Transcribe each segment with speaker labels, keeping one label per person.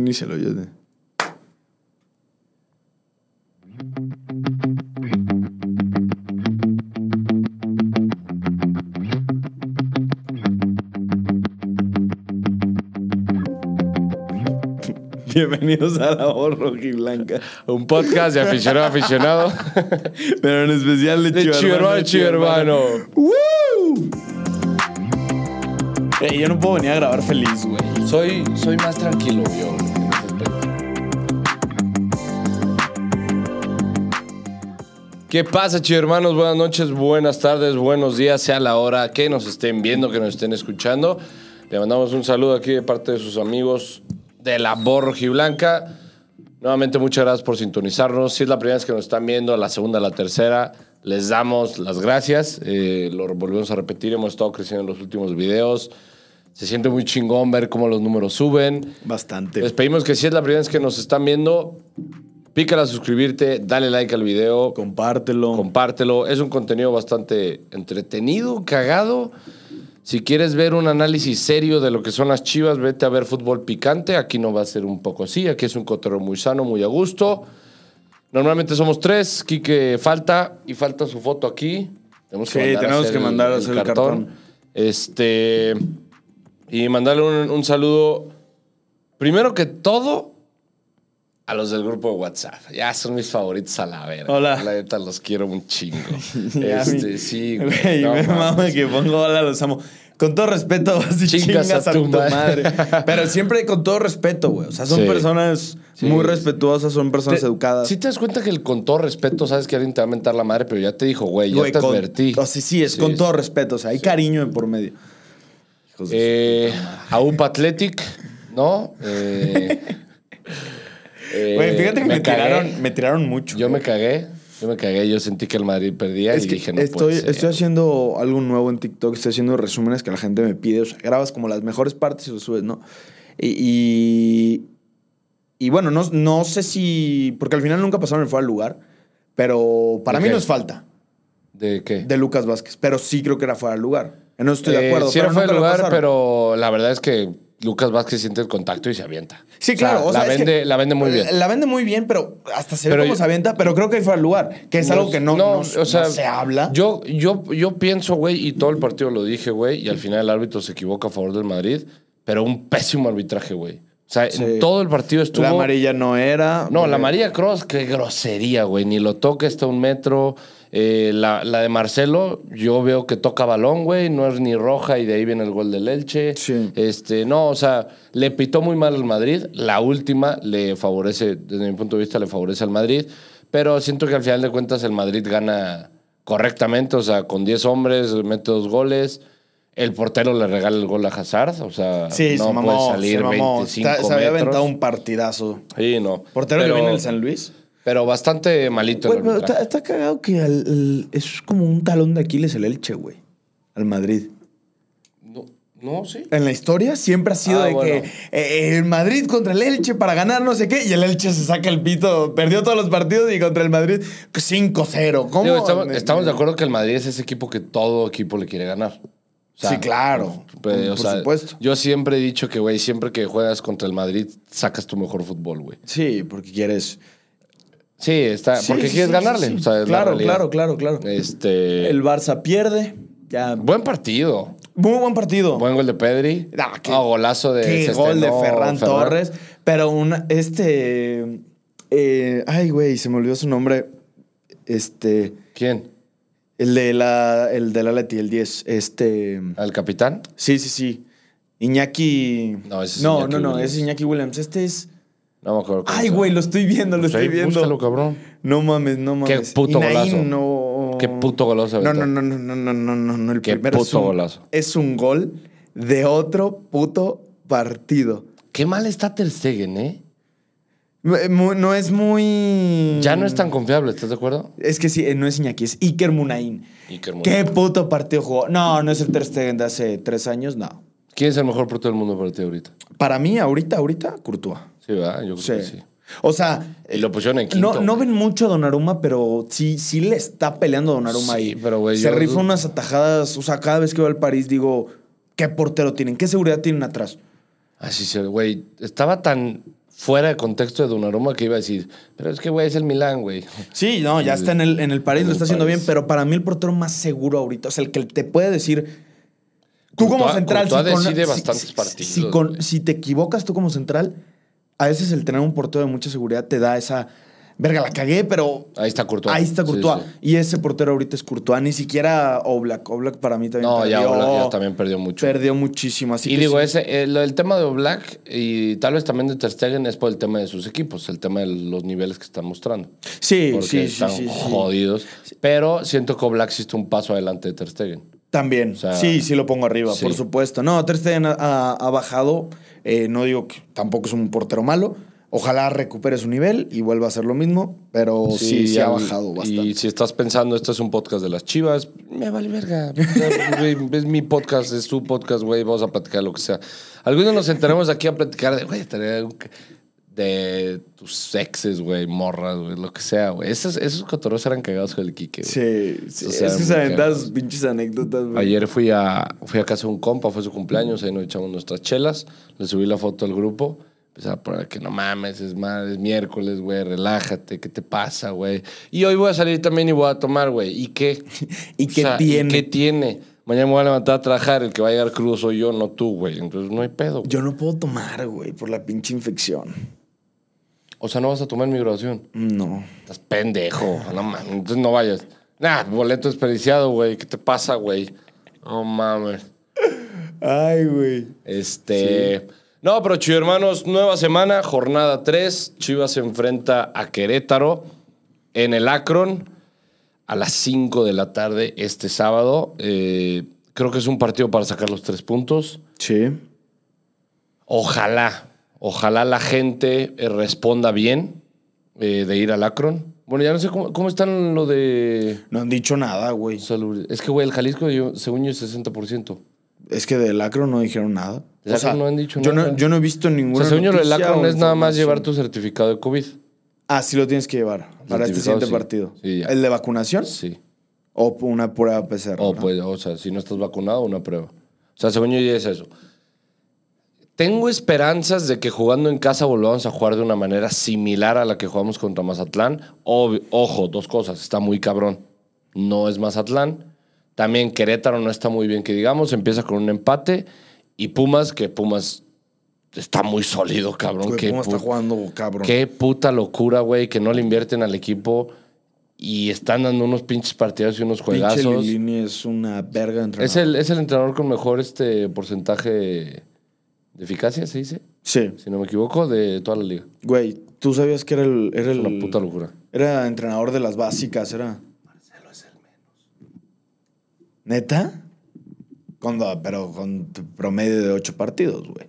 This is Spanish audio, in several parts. Speaker 1: Inícialo, ya. Bienvenidos a la voz rojiblanca.
Speaker 2: Un podcast de aficionado a aficionado.
Speaker 1: Pero en especial de,
Speaker 2: De chivermano a chivermano.
Speaker 1: ¡Woo! Ey, yo no puedo venir a grabar feliz, güey.
Speaker 2: Soy, soy más tranquilo, yo. en ese aspecto. ¿Qué pasa, chivermanos? Buenas noches, buenas tardes, buenos días, sea la hora que nos estén viendo, que nos estén escuchando. Le mandamos un saludo aquí de parte de sus amigos de la Borja Blanca. Nuevamente, muchas gracias por sintonizarnos. Si es la primera vez que nos están viendo, la segunda, la tercera, les damos las gracias. Eh, lo volvemos a repetir, hemos estado creciendo en los últimos videos. Se siente muy chingón ver cómo los números suben.
Speaker 1: Bastante.
Speaker 2: Les pedimos que si es la primera vez que nos están viendo, pícala a suscribirte, dale like al video,
Speaker 1: Compártelo.
Speaker 2: compártelo. Es un contenido bastante entretenido, cagado. Si quieres ver un análisis serio de lo que son las chivas, vete a ver fútbol picante. Aquí no va a ser un poco así. Aquí es un cotorreo muy sano, muy a gusto. Normalmente somos tres. Quique falta y falta su foto aquí. Tenemos
Speaker 1: Sí, tenemos que mandar a hacer el cartón.
Speaker 2: Este. Y mandarle un, un saludo, primero que todo, a los del grupo de WhatsApp. Ya son mis favoritos a la verga.
Speaker 1: Hola.
Speaker 2: La neta los quiero un chingo.
Speaker 1: Ya,
Speaker 2: este,
Speaker 1: mi-
Speaker 2: sí,
Speaker 1: güey.
Speaker 2: güey. no
Speaker 1: me
Speaker 2: mames.
Speaker 1: mama que pongo hola, los amo. Con todo respeto, vas y chingas, a, tu madre. Pero siempre con todo respeto, güey. O sea, son
Speaker 2: Sí.
Speaker 1: personas
Speaker 2: Sí.
Speaker 1: muy respetuosas, son personas
Speaker 2: Te-
Speaker 1: educadas.
Speaker 2: Sí te das cuenta que el con todo respeto, sabes que alguien te va a mentar la madre, pero ya te dijo, güey, ya
Speaker 1: Güey,
Speaker 2: te
Speaker 1: con-
Speaker 2: advertí.
Speaker 1: o sea, sí, es con
Speaker 2: sí.
Speaker 1: todo respeto. O sea, hay cariño en por medio. Hijos de
Speaker 2: Eh, a UP Athletic, ¿no? Eh, eh,
Speaker 1: Güey, fíjate que me,
Speaker 2: cagué.
Speaker 1: tiraron, me tiraron mucho.
Speaker 2: Yo me
Speaker 1: güey.
Speaker 2: cagué, yo me cagué, yo sentí que el Madrid perdía
Speaker 1: Es
Speaker 2: y
Speaker 1: que
Speaker 2: dije, no
Speaker 1: estoy,
Speaker 2: puede ser.
Speaker 1: estoy haciendo algo nuevo en TikTok, estoy haciendo resúmenes que la gente me pide. O sea, grabas como las mejores partes y los subes, ¿no? Y. y- y bueno, no, no sé si. Porque al final nunca pasaron el fuera al lugar. Pero para
Speaker 2: ¿De
Speaker 1: mí
Speaker 2: qué?
Speaker 1: no es falta
Speaker 2: ¿De qué?
Speaker 1: de Lucas Vázquez. Pero sí creo que era fuera al lugar. No estoy de
Speaker 2: Eh,
Speaker 1: acuerdo.
Speaker 2: sí,
Speaker 1: pero
Speaker 2: no fue el
Speaker 1: nunca la
Speaker 2: lugar,
Speaker 1: pasaron.
Speaker 2: pero la verdad es que Lucas Vázquez siente el contacto y se avienta.
Speaker 1: Sí,
Speaker 2: O sea,
Speaker 1: claro. o sea,
Speaker 2: la,
Speaker 1: es que-
Speaker 2: vende, la vende muy bien.
Speaker 1: La vende muy bien, pero hasta se
Speaker 2: Pero
Speaker 1: ve cómo
Speaker 2: yo-
Speaker 1: se avienta, pero creo que ahí fue al lugar, que es algo que no, no- no se habla.
Speaker 2: Yo, yo, yo pienso, güey, y todo el partido lo dije, güey, y al final el árbitro se equivoca a favor del Madrid, pero un pésimo arbitraje, güey. O sea,
Speaker 1: Sí.
Speaker 2: en todo el partido estuvo.
Speaker 1: la amarilla no era.
Speaker 2: No, la
Speaker 1: eh,
Speaker 2: María Cross, qué grosería, güey. Ni lo toca, está a un metro. Eh, la, la de Marcelo, yo veo que toca balón, güey. No es ni roja y de ahí viene el gol del Elche.
Speaker 1: Sí.
Speaker 2: Este, no, o sea, le pitó muy mal al Madrid. La última le favorece, desde mi punto de vista, le favorece al Madrid. Pero siento que al final de cuentas el Madrid gana correctamente. O sea, con 10 hombres, mete dos goles. El portero le regala el gol a Hazard. O sea,
Speaker 1: Sí,
Speaker 2: no
Speaker 1: se mamó,
Speaker 2: puede salir
Speaker 1: se mamó.
Speaker 2: 25
Speaker 1: Está- se había
Speaker 2: metros.
Speaker 1: aventado un partidazo.
Speaker 2: Sí, no.
Speaker 1: Portero que
Speaker 2: Pero-
Speaker 1: viene el San Luis.
Speaker 2: pero bastante malito.
Speaker 1: Güey,
Speaker 2: el
Speaker 1: pero está,
Speaker 2: arbitraje.
Speaker 1: está cagado que al- el- es como un talón de Aquiles el Elche, güey. Al Madrid.
Speaker 2: No, no, sí.
Speaker 1: En la historia siempre ha sido
Speaker 2: Ah,
Speaker 1: de
Speaker 2: bueno.
Speaker 1: que eh, el Madrid contra el Elche para ganar no sé qué, y el Elche se saca el pito, perdió todos los partidos y contra el Madrid 5-0. ¿Cómo?
Speaker 2: Digo, estamos,
Speaker 1: Me-
Speaker 2: estamos
Speaker 1: me-
Speaker 2: de acuerdo que el Madrid es ese equipo que todo equipo le quiere ganar. O sea,
Speaker 1: sí, claro.
Speaker 2: pues, o
Speaker 1: por
Speaker 2: sea,
Speaker 1: supuesto.
Speaker 2: Yo siempre he dicho que, güey, siempre que juegas contra el Madrid, sacas tu mejor fútbol, güey.
Speaker 1: Sí, porque quieres.
Speaker 2: Sí, está,
Speaker 1: Sí,
Speaker 2: Ah, porque
Speaker 1: sí,
Speaker 2: quieres
Speaker 1: sí,
Speaker 2: ganarle.
Speaker 1: sí, sí.
Speaker 2: o sea, es la
Speaker 1: claro,
Speaker 2: realidad.
Speaker 1: claro, claro, claro.
Speaker 2: Este,
Speaker 1: El Barça pierde. Ya.
Speaker 2: Buen partido.
Speaker 1: Muy buen partido.
Speaker 2: Buen gol de Pedri.
Speaker 1: Ah, qué-
Speaker 2: Ah, golazo de...
Speaker 1: Qué
Speaker 2: se
Speaker 1: gol de
Speaker 2: estrenó
Speaker 1: Ferran, Torres. Pero una, este. eh, ay, güey, se me olvidó su nombre. Este.
Speaker 2: ¿Quién?
Speaker 1: El de la. El de la Leti, el 10. Este.
Speaker 2: ¿Al capitán?
Speaker 1: Sí, sí, sí. Iñaki.
Speaker 2: No, ese es
Speaker 1: no,
Speaker 2: Iñaki
Speaker 1: no, no,
Speaker 2: Williams.
Speaker 1: ese es Iñaki Williams. Este es.
Speaker 2: No me acuerdo. cómo
Speaker 1: Ay,
Speaker 2: se
Speaker 1: güey,
Speaker 2: llama.
Speaker 1: lo estoy viendo, lo
Speaker 2: Pues ahí
Speaker 1: estoy viendo.
Speaker 2: búscalo, cabrón.
Speaker 1: No mames, no
Speaker 2: Qué
Speaker 1: mames.
Speaker 2: puto
Speaker 1: Inaín,
Speaker 2: golazo.
Speaker 1: No...
Speaker 2: Qué puto golazo
Speaker 1: No,
Speaker 2: aventó.
Speaker 1: no, no, no, no, no, no, no, no. El
Speaker 2: Qué
Speaker 1: primero es
Speaker 2: puto
Speaker 1: un-
Speaker 2: golazo.
Speaker 1: Es un gol de otro puto partido.
Speaker 2: Qué mal está Ter Stegen, ¿eh?
Speaker 1: Eh, mu- No es muy.
Speaker 2: Ya no es tan confiable, ¿estás de acuerdo?
Speaker 1: Es que sí, eh, no es Iñaki, es Iker Munain.
Speaker 2: Iker Munain.
Speaker 1: Qué puto partido jugó. No, no es el Ter Stegen de hace tres años, no.
Speaker 2: ¿Quién es el mejor portero del mundo para ti ahorita?
Speaker 1: Para mí, ahorita, ahorita, Courtois.
Speaker 2: Sí, ¿verdad? Yo creo
Speaker 1: Sí.
Speaker 2: que sí.
Speaker 1: O sea,
Speaker 2: Y lo pusieron en quinto.
Speaker 1: no, no ven mucho a Donnarumma, pero sí, sí le está peleando a Donnarumma
Speaker 2: Sí,
Speaker 1: ahí.
Speaker 2: pero, güey,
Speaker 1: Se
Speaker 2: yo-
Speaker 1: rifa unas atajadas. O sea, cada vez que voy al París
Speaker 2: Ah,
Speaker 1: digo, ¿qué portero tienen? ¿Qué seguridad tienen atrás?
Speaker 2: Así se ve, güey. Estaba tan fuera de contexto de Donnarumma que iba a decir, pero es que, güey, es el Milán, güey.
Speaker 1: Sí, no, ya está en el, en el París,
Speaker 2: En
Speaker 1: lo
Speaker 2: el
Speaker 1: está haciendo
Speaker 2: París.
Speaker 1: bien, pero para mí el portero más seguro ahorita, o sea, el que te puede decir. Tú como
Speaker 2: Courtois-
Speaker 1: central.
Speaker 2: Courtois
Speaker 1: con-
Speaker 2: decide bastantes partidos,
Speaker 1: Si, con-
Speaker 2: güey.
Speaker 1: si te equivocas tú como central, a veces el tener un portero de mucha seguridad te da esa. Verga, la cagué, pero.
Speaker 2: Ahí está Courtois.
Speaker 1: Ahí está
Speaker 2: Sí,
Speaker 1: Courtois.
Speaker 2: sí.
Speaker 1: Y ese portero ahorita es Courtois. Ni siquiera Oblak. Oblak para mí también
Speaker 2: No,
Speaker 1: perdió.
Speaker 2: ya Oblak ya también perdió mucho.
Speaker 1: Perdió muchísimo. Así
Speaker 2: y
Speaker 1: que
Speaker 2: digo,
Speaker 1: sí.
Speaker 2: ese, el, el tema de Oblak y tal vez también de Ter Stegen es por el tema de sus equipos, el tema de los niveles que están mostrando.
Speaker 1: Sí,
Speaker 2: porque
Speaker 1: sí, sí,
Speaker 2: están
Speaker 1: sí, sí.
Speaker 2: jodidos. Pero siento que Oblak sí está un paso adelante de Ter Stegen.
Speaker 1: También.
Speaker 2: sea,
Speaker 1: sí, sí lo pongo arriba,
Speaker 2: sí.
Speaker 1: por supuesto. No, Ter Stegen ha, ha- ha bajado. Eh, no digo que tampoco es un portero malo. Ojalá recupere su nivel y vuelva a hacer lo mismo, pero sí, sí,
Speaker 2: ya-
Speaker 1: ha bajado bastante.
Speaker 2: Y si estás pensando, este es un podcast de las chivas, me vale verga. O sea, güey, es mi podcast, es tu podcast, güey, vamos a platicar lo que sea. Algunos nos enteramos aquí a platicar de, güey, estaría algo que- de tus exes, güey, morras, güey, lo que sea, güey. Esos, esos cotorros eran cagados con el Quique, güey.
Speaker 1: Sí, sí,
Speaker 2: O sea,
Speaker 1: es que se
Speaker 2: muy
Speaker 1: aventan
Speaker 2: cabrón.
Speaker 1: sus pinches anécdotas. güey.
Speaker 2: Ayer fui a, fui a casa de un compa, fue su cumpleaños, ahí nos echamos nuestras chelas, le subí la foto al grupo, empezaba a poner que no mames, es más, es miércoles, güey, relájate, ¿qué te pasa, güey? Y hoy voy a salir también y voy a tomar, güey, ¿y qué?
Speaker 1: ¿Y qué tiene?
Speaker 2: ¿Qué tiene? Mañana me voy a levantar a trabajar, el que va a llegar crudo soy yo, no tú, güey, entonces no hay pedo. güey.
Speaker 1: Yo no puedo tomar, güey, por la pinche infección.
Speaker 2: O sea, no vas a tomar en mi graduación.
Speaker 1: No.
Speaker 2: Estás pendejo, no mames, entonces no vayas. Nah, boleto desperdiciado, güey, ¿qué te pasa, güey? No mames.
Speaker 1: Ay, güey.
Speaker 2: Este. No, pero Chivo Hermanos, nueva semana, jornada 3. Chivas se enfrenta a Querétaro en el Akron a las 5 de la tarde este sábado. Eh, creo que es un partido para sacar los tres puntos.
Speaker 1: Sí.
Speaker 2: Ojalá, ojalá la gente eh, responda bien eh, de ir al Akron. Bueno, ya no sé cómo, cómo están lo de
Speaker 1: No han dicho nada, güey.
Speaker 2: salubridad. Es que, güey, el Jalisco, yo, según yo, es 60%.
Speaker 1: Es que del Acro no dijeron nada.
Speaker 2: Del Acron no han dicho
Speaker 1: yo
Speaker 2: nada.
Speaker 1: No, yo no he visto
Speaker 2: O
Speaker 1: ninguna.
Speaker 2: sea, según yo, el
Speaker 1: noticia
Speaker 2: Akron
Speaker 1: o
Speaker 2: es nada más
Speaker 1: información.
Speaker 2: llevar tu certificado de COVID.
Speaker 1: Ah, sí lo tienes que llevar para este
Speaker 2: Certificado,
Speaker 1: siguiente
Speaker 2: sí.
Speaker 1: partido.
Speaker 2: Sí, ya.
Speaker 1: ¿El de vacunación?
Speaker 2: Sí.
Speaker 1: O una prueba PCR.
Speaker 2: O,
Speaker 1: ¿no?
Speaker 2: pues, o sea, si no estás vacunado, una prueba. O sea, según yo ya es eso. Tengo esperanzas de que jugando en casa volvamos a jugar de una manera similar a la que jugamos contra Mazatlán. Ob- ojo, dos cosas. Está muy cabrón. No es Mazatlán. También Querétaro no está muy bien, que digamos. Empieza con un empate. Y Pumas, que Pumas está muy sólido, cabrón.
Speaker 1: Güey,
Speaker 2: que
Speaker 1: ¿Cómo está
Speaker 2: Pu-
Speaker 1: jugando, cabrón?
Speaker 2: pues, Qué puta locura, güey, que no le invierten al equipo y están dando unos pinches partidos y unos
Speaker 1: Pinche
Speaker 2: juegazos.
Speaker 1: Lilini es una verga de entrenador.
Speaker 2: Es el, es el entrenador con mejor este porcentaje de eficacia, se dice,
Speaker 1: Sí.
Speaker 2: si no me equivoco, de toda la liga.
Speaker 1: Güey, tú sabías que era el. Era
Speaker 2: Es
Speaker 1: el-
Speaker 2: una puta locura.
Speaker 1: Era entrenador de las básicas, era. ¿Neta? Cuando, pero con tu promedio de ocho partidos, güey.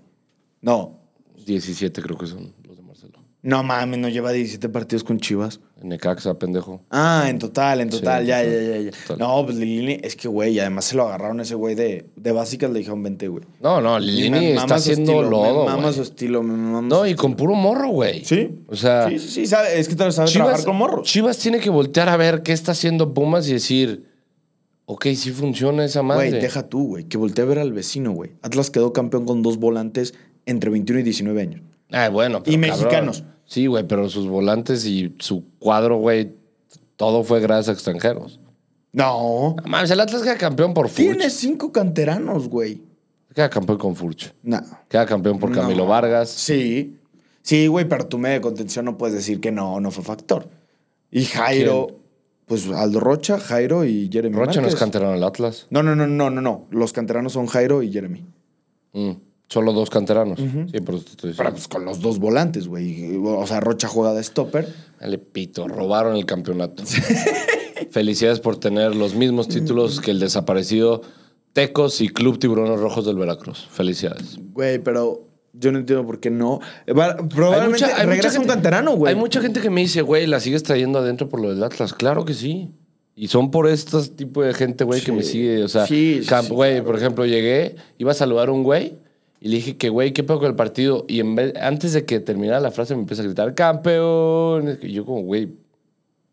Speaker 1: No.
Speaker 2: 17 creo que son los de Marcelo.
Speaker 1: No mames, no lleva 17 partidos con Chivas.
Speaker 2: Necaxa, pendejo.
Speaker 1: Ah, en total, en total,
Speaker 2: en
Speaker 1: ya,
Speaker 2: total,
Speaker 1: ya, ya, ya.
Speaker 2: total.
Speaker 1: No, pues Lilini, es que, güey, además se lo agarraron a ese güey de, de básicas, le dijeron 20, güey.
Speaker 2: No, no,
Speaker 1: Y me
Speaker 2: Lilini
Speaker 1: mama
Speaker 2: está
Speaker 1: su
Speaker 2: haciendo
Speaker 1: estilo,
Speaker 2: lodo,
Speaker 1: Me mama
Speaker 2: güey.
Speaker 1: su estilo, me mama su-
Speaker 2: No, y con puro morro, güey.
Speaker 1: Sí.
Speaker 2: O sea,
Speaker 1: Sí, sí, sí, sabe, es que tra- sabe trabajar con morros.
Speaker 2: Chivas tiene que voltear a ver qué está haciendo Pumas y decir, ok, sí funciona esa madre.
Speaker 1: Güey, deja tú, güey, que volteé a ver al vecino, güey. Atlas quedó campeón con dos volantes entre 21 y 19 años.
Speaker 2: Ah, bueno.
Speaker 1: Y mexicanos.
Speaker 2: Sí, güey, pero sus volantes y su cuadro, güey, todo fue gracias a extranjeros.
Speaker 1: No.
Speaker 2: No mames, el Atlas queda campeón por Furch.
Speaker 1: Tiene cinco canteranos, güey.
Speaker 2: Queda campeón con Furch.
Speaker 1: No.
Speaker 2: Queda campeón por Camilo
Speaker 1: No.
Speaker 2: Vargas.
Speaker 1: Sí. Sí, güey, pero tu medio de contención no puedes decir que no, no fue factor. Y Jairo, pues Aldo Rocha, Jairo y Jeremy.
Speaker 2: Rocha no es
Speaker 1: Márquez.
Speaker 2: canterano del Atlas.
Speaker 1: No, no, no, no, no, no. Los canteranos son Jairo y Jeremy.
Speaker 2: Mm, Solo dos canteranos. Sí, pero te
Speaker 1: Pero
Speaker 2: estoy diciendo.
Speaker 1: pues con los dos volantes, güey. O sea, Rocha juega de stopper.
Speaker 2: Dale pito, robaron el campeonato. Felicidades por tener los mismos títulos que el desaparecido Tecos y Club Tiburones Rojos del Veracruz. Felicidades.
Speaker 1: Güey, pero yo no entiendo por qué no. Va- Probablemente
Speaker 2: Hay mucha- hay mucha
Speaker 1: regresa un
Speaker 2: gente-
Speaker 1: canterano, güey.
Speaker 2: Hay mucha gente que me dice, güey, la sigues trayendo adentro por lo del Atlas. Claro que sí. Y son por estos tipo de gente, güey, que
Speaker 1: Sí.
Speaker 2: me sigue. O sea,
Speaker 1: Sí, sí,
Speaker 2: camp-
Speaker 1: sí,
Speaker 2: güey, por ejemplo, llegué, iba a saludar a un güey y le dije que, güey, qué pedo con el partido. Y en vez, antes de que terminara la frase me empieza a gritar, campeón. Y yo como, güey,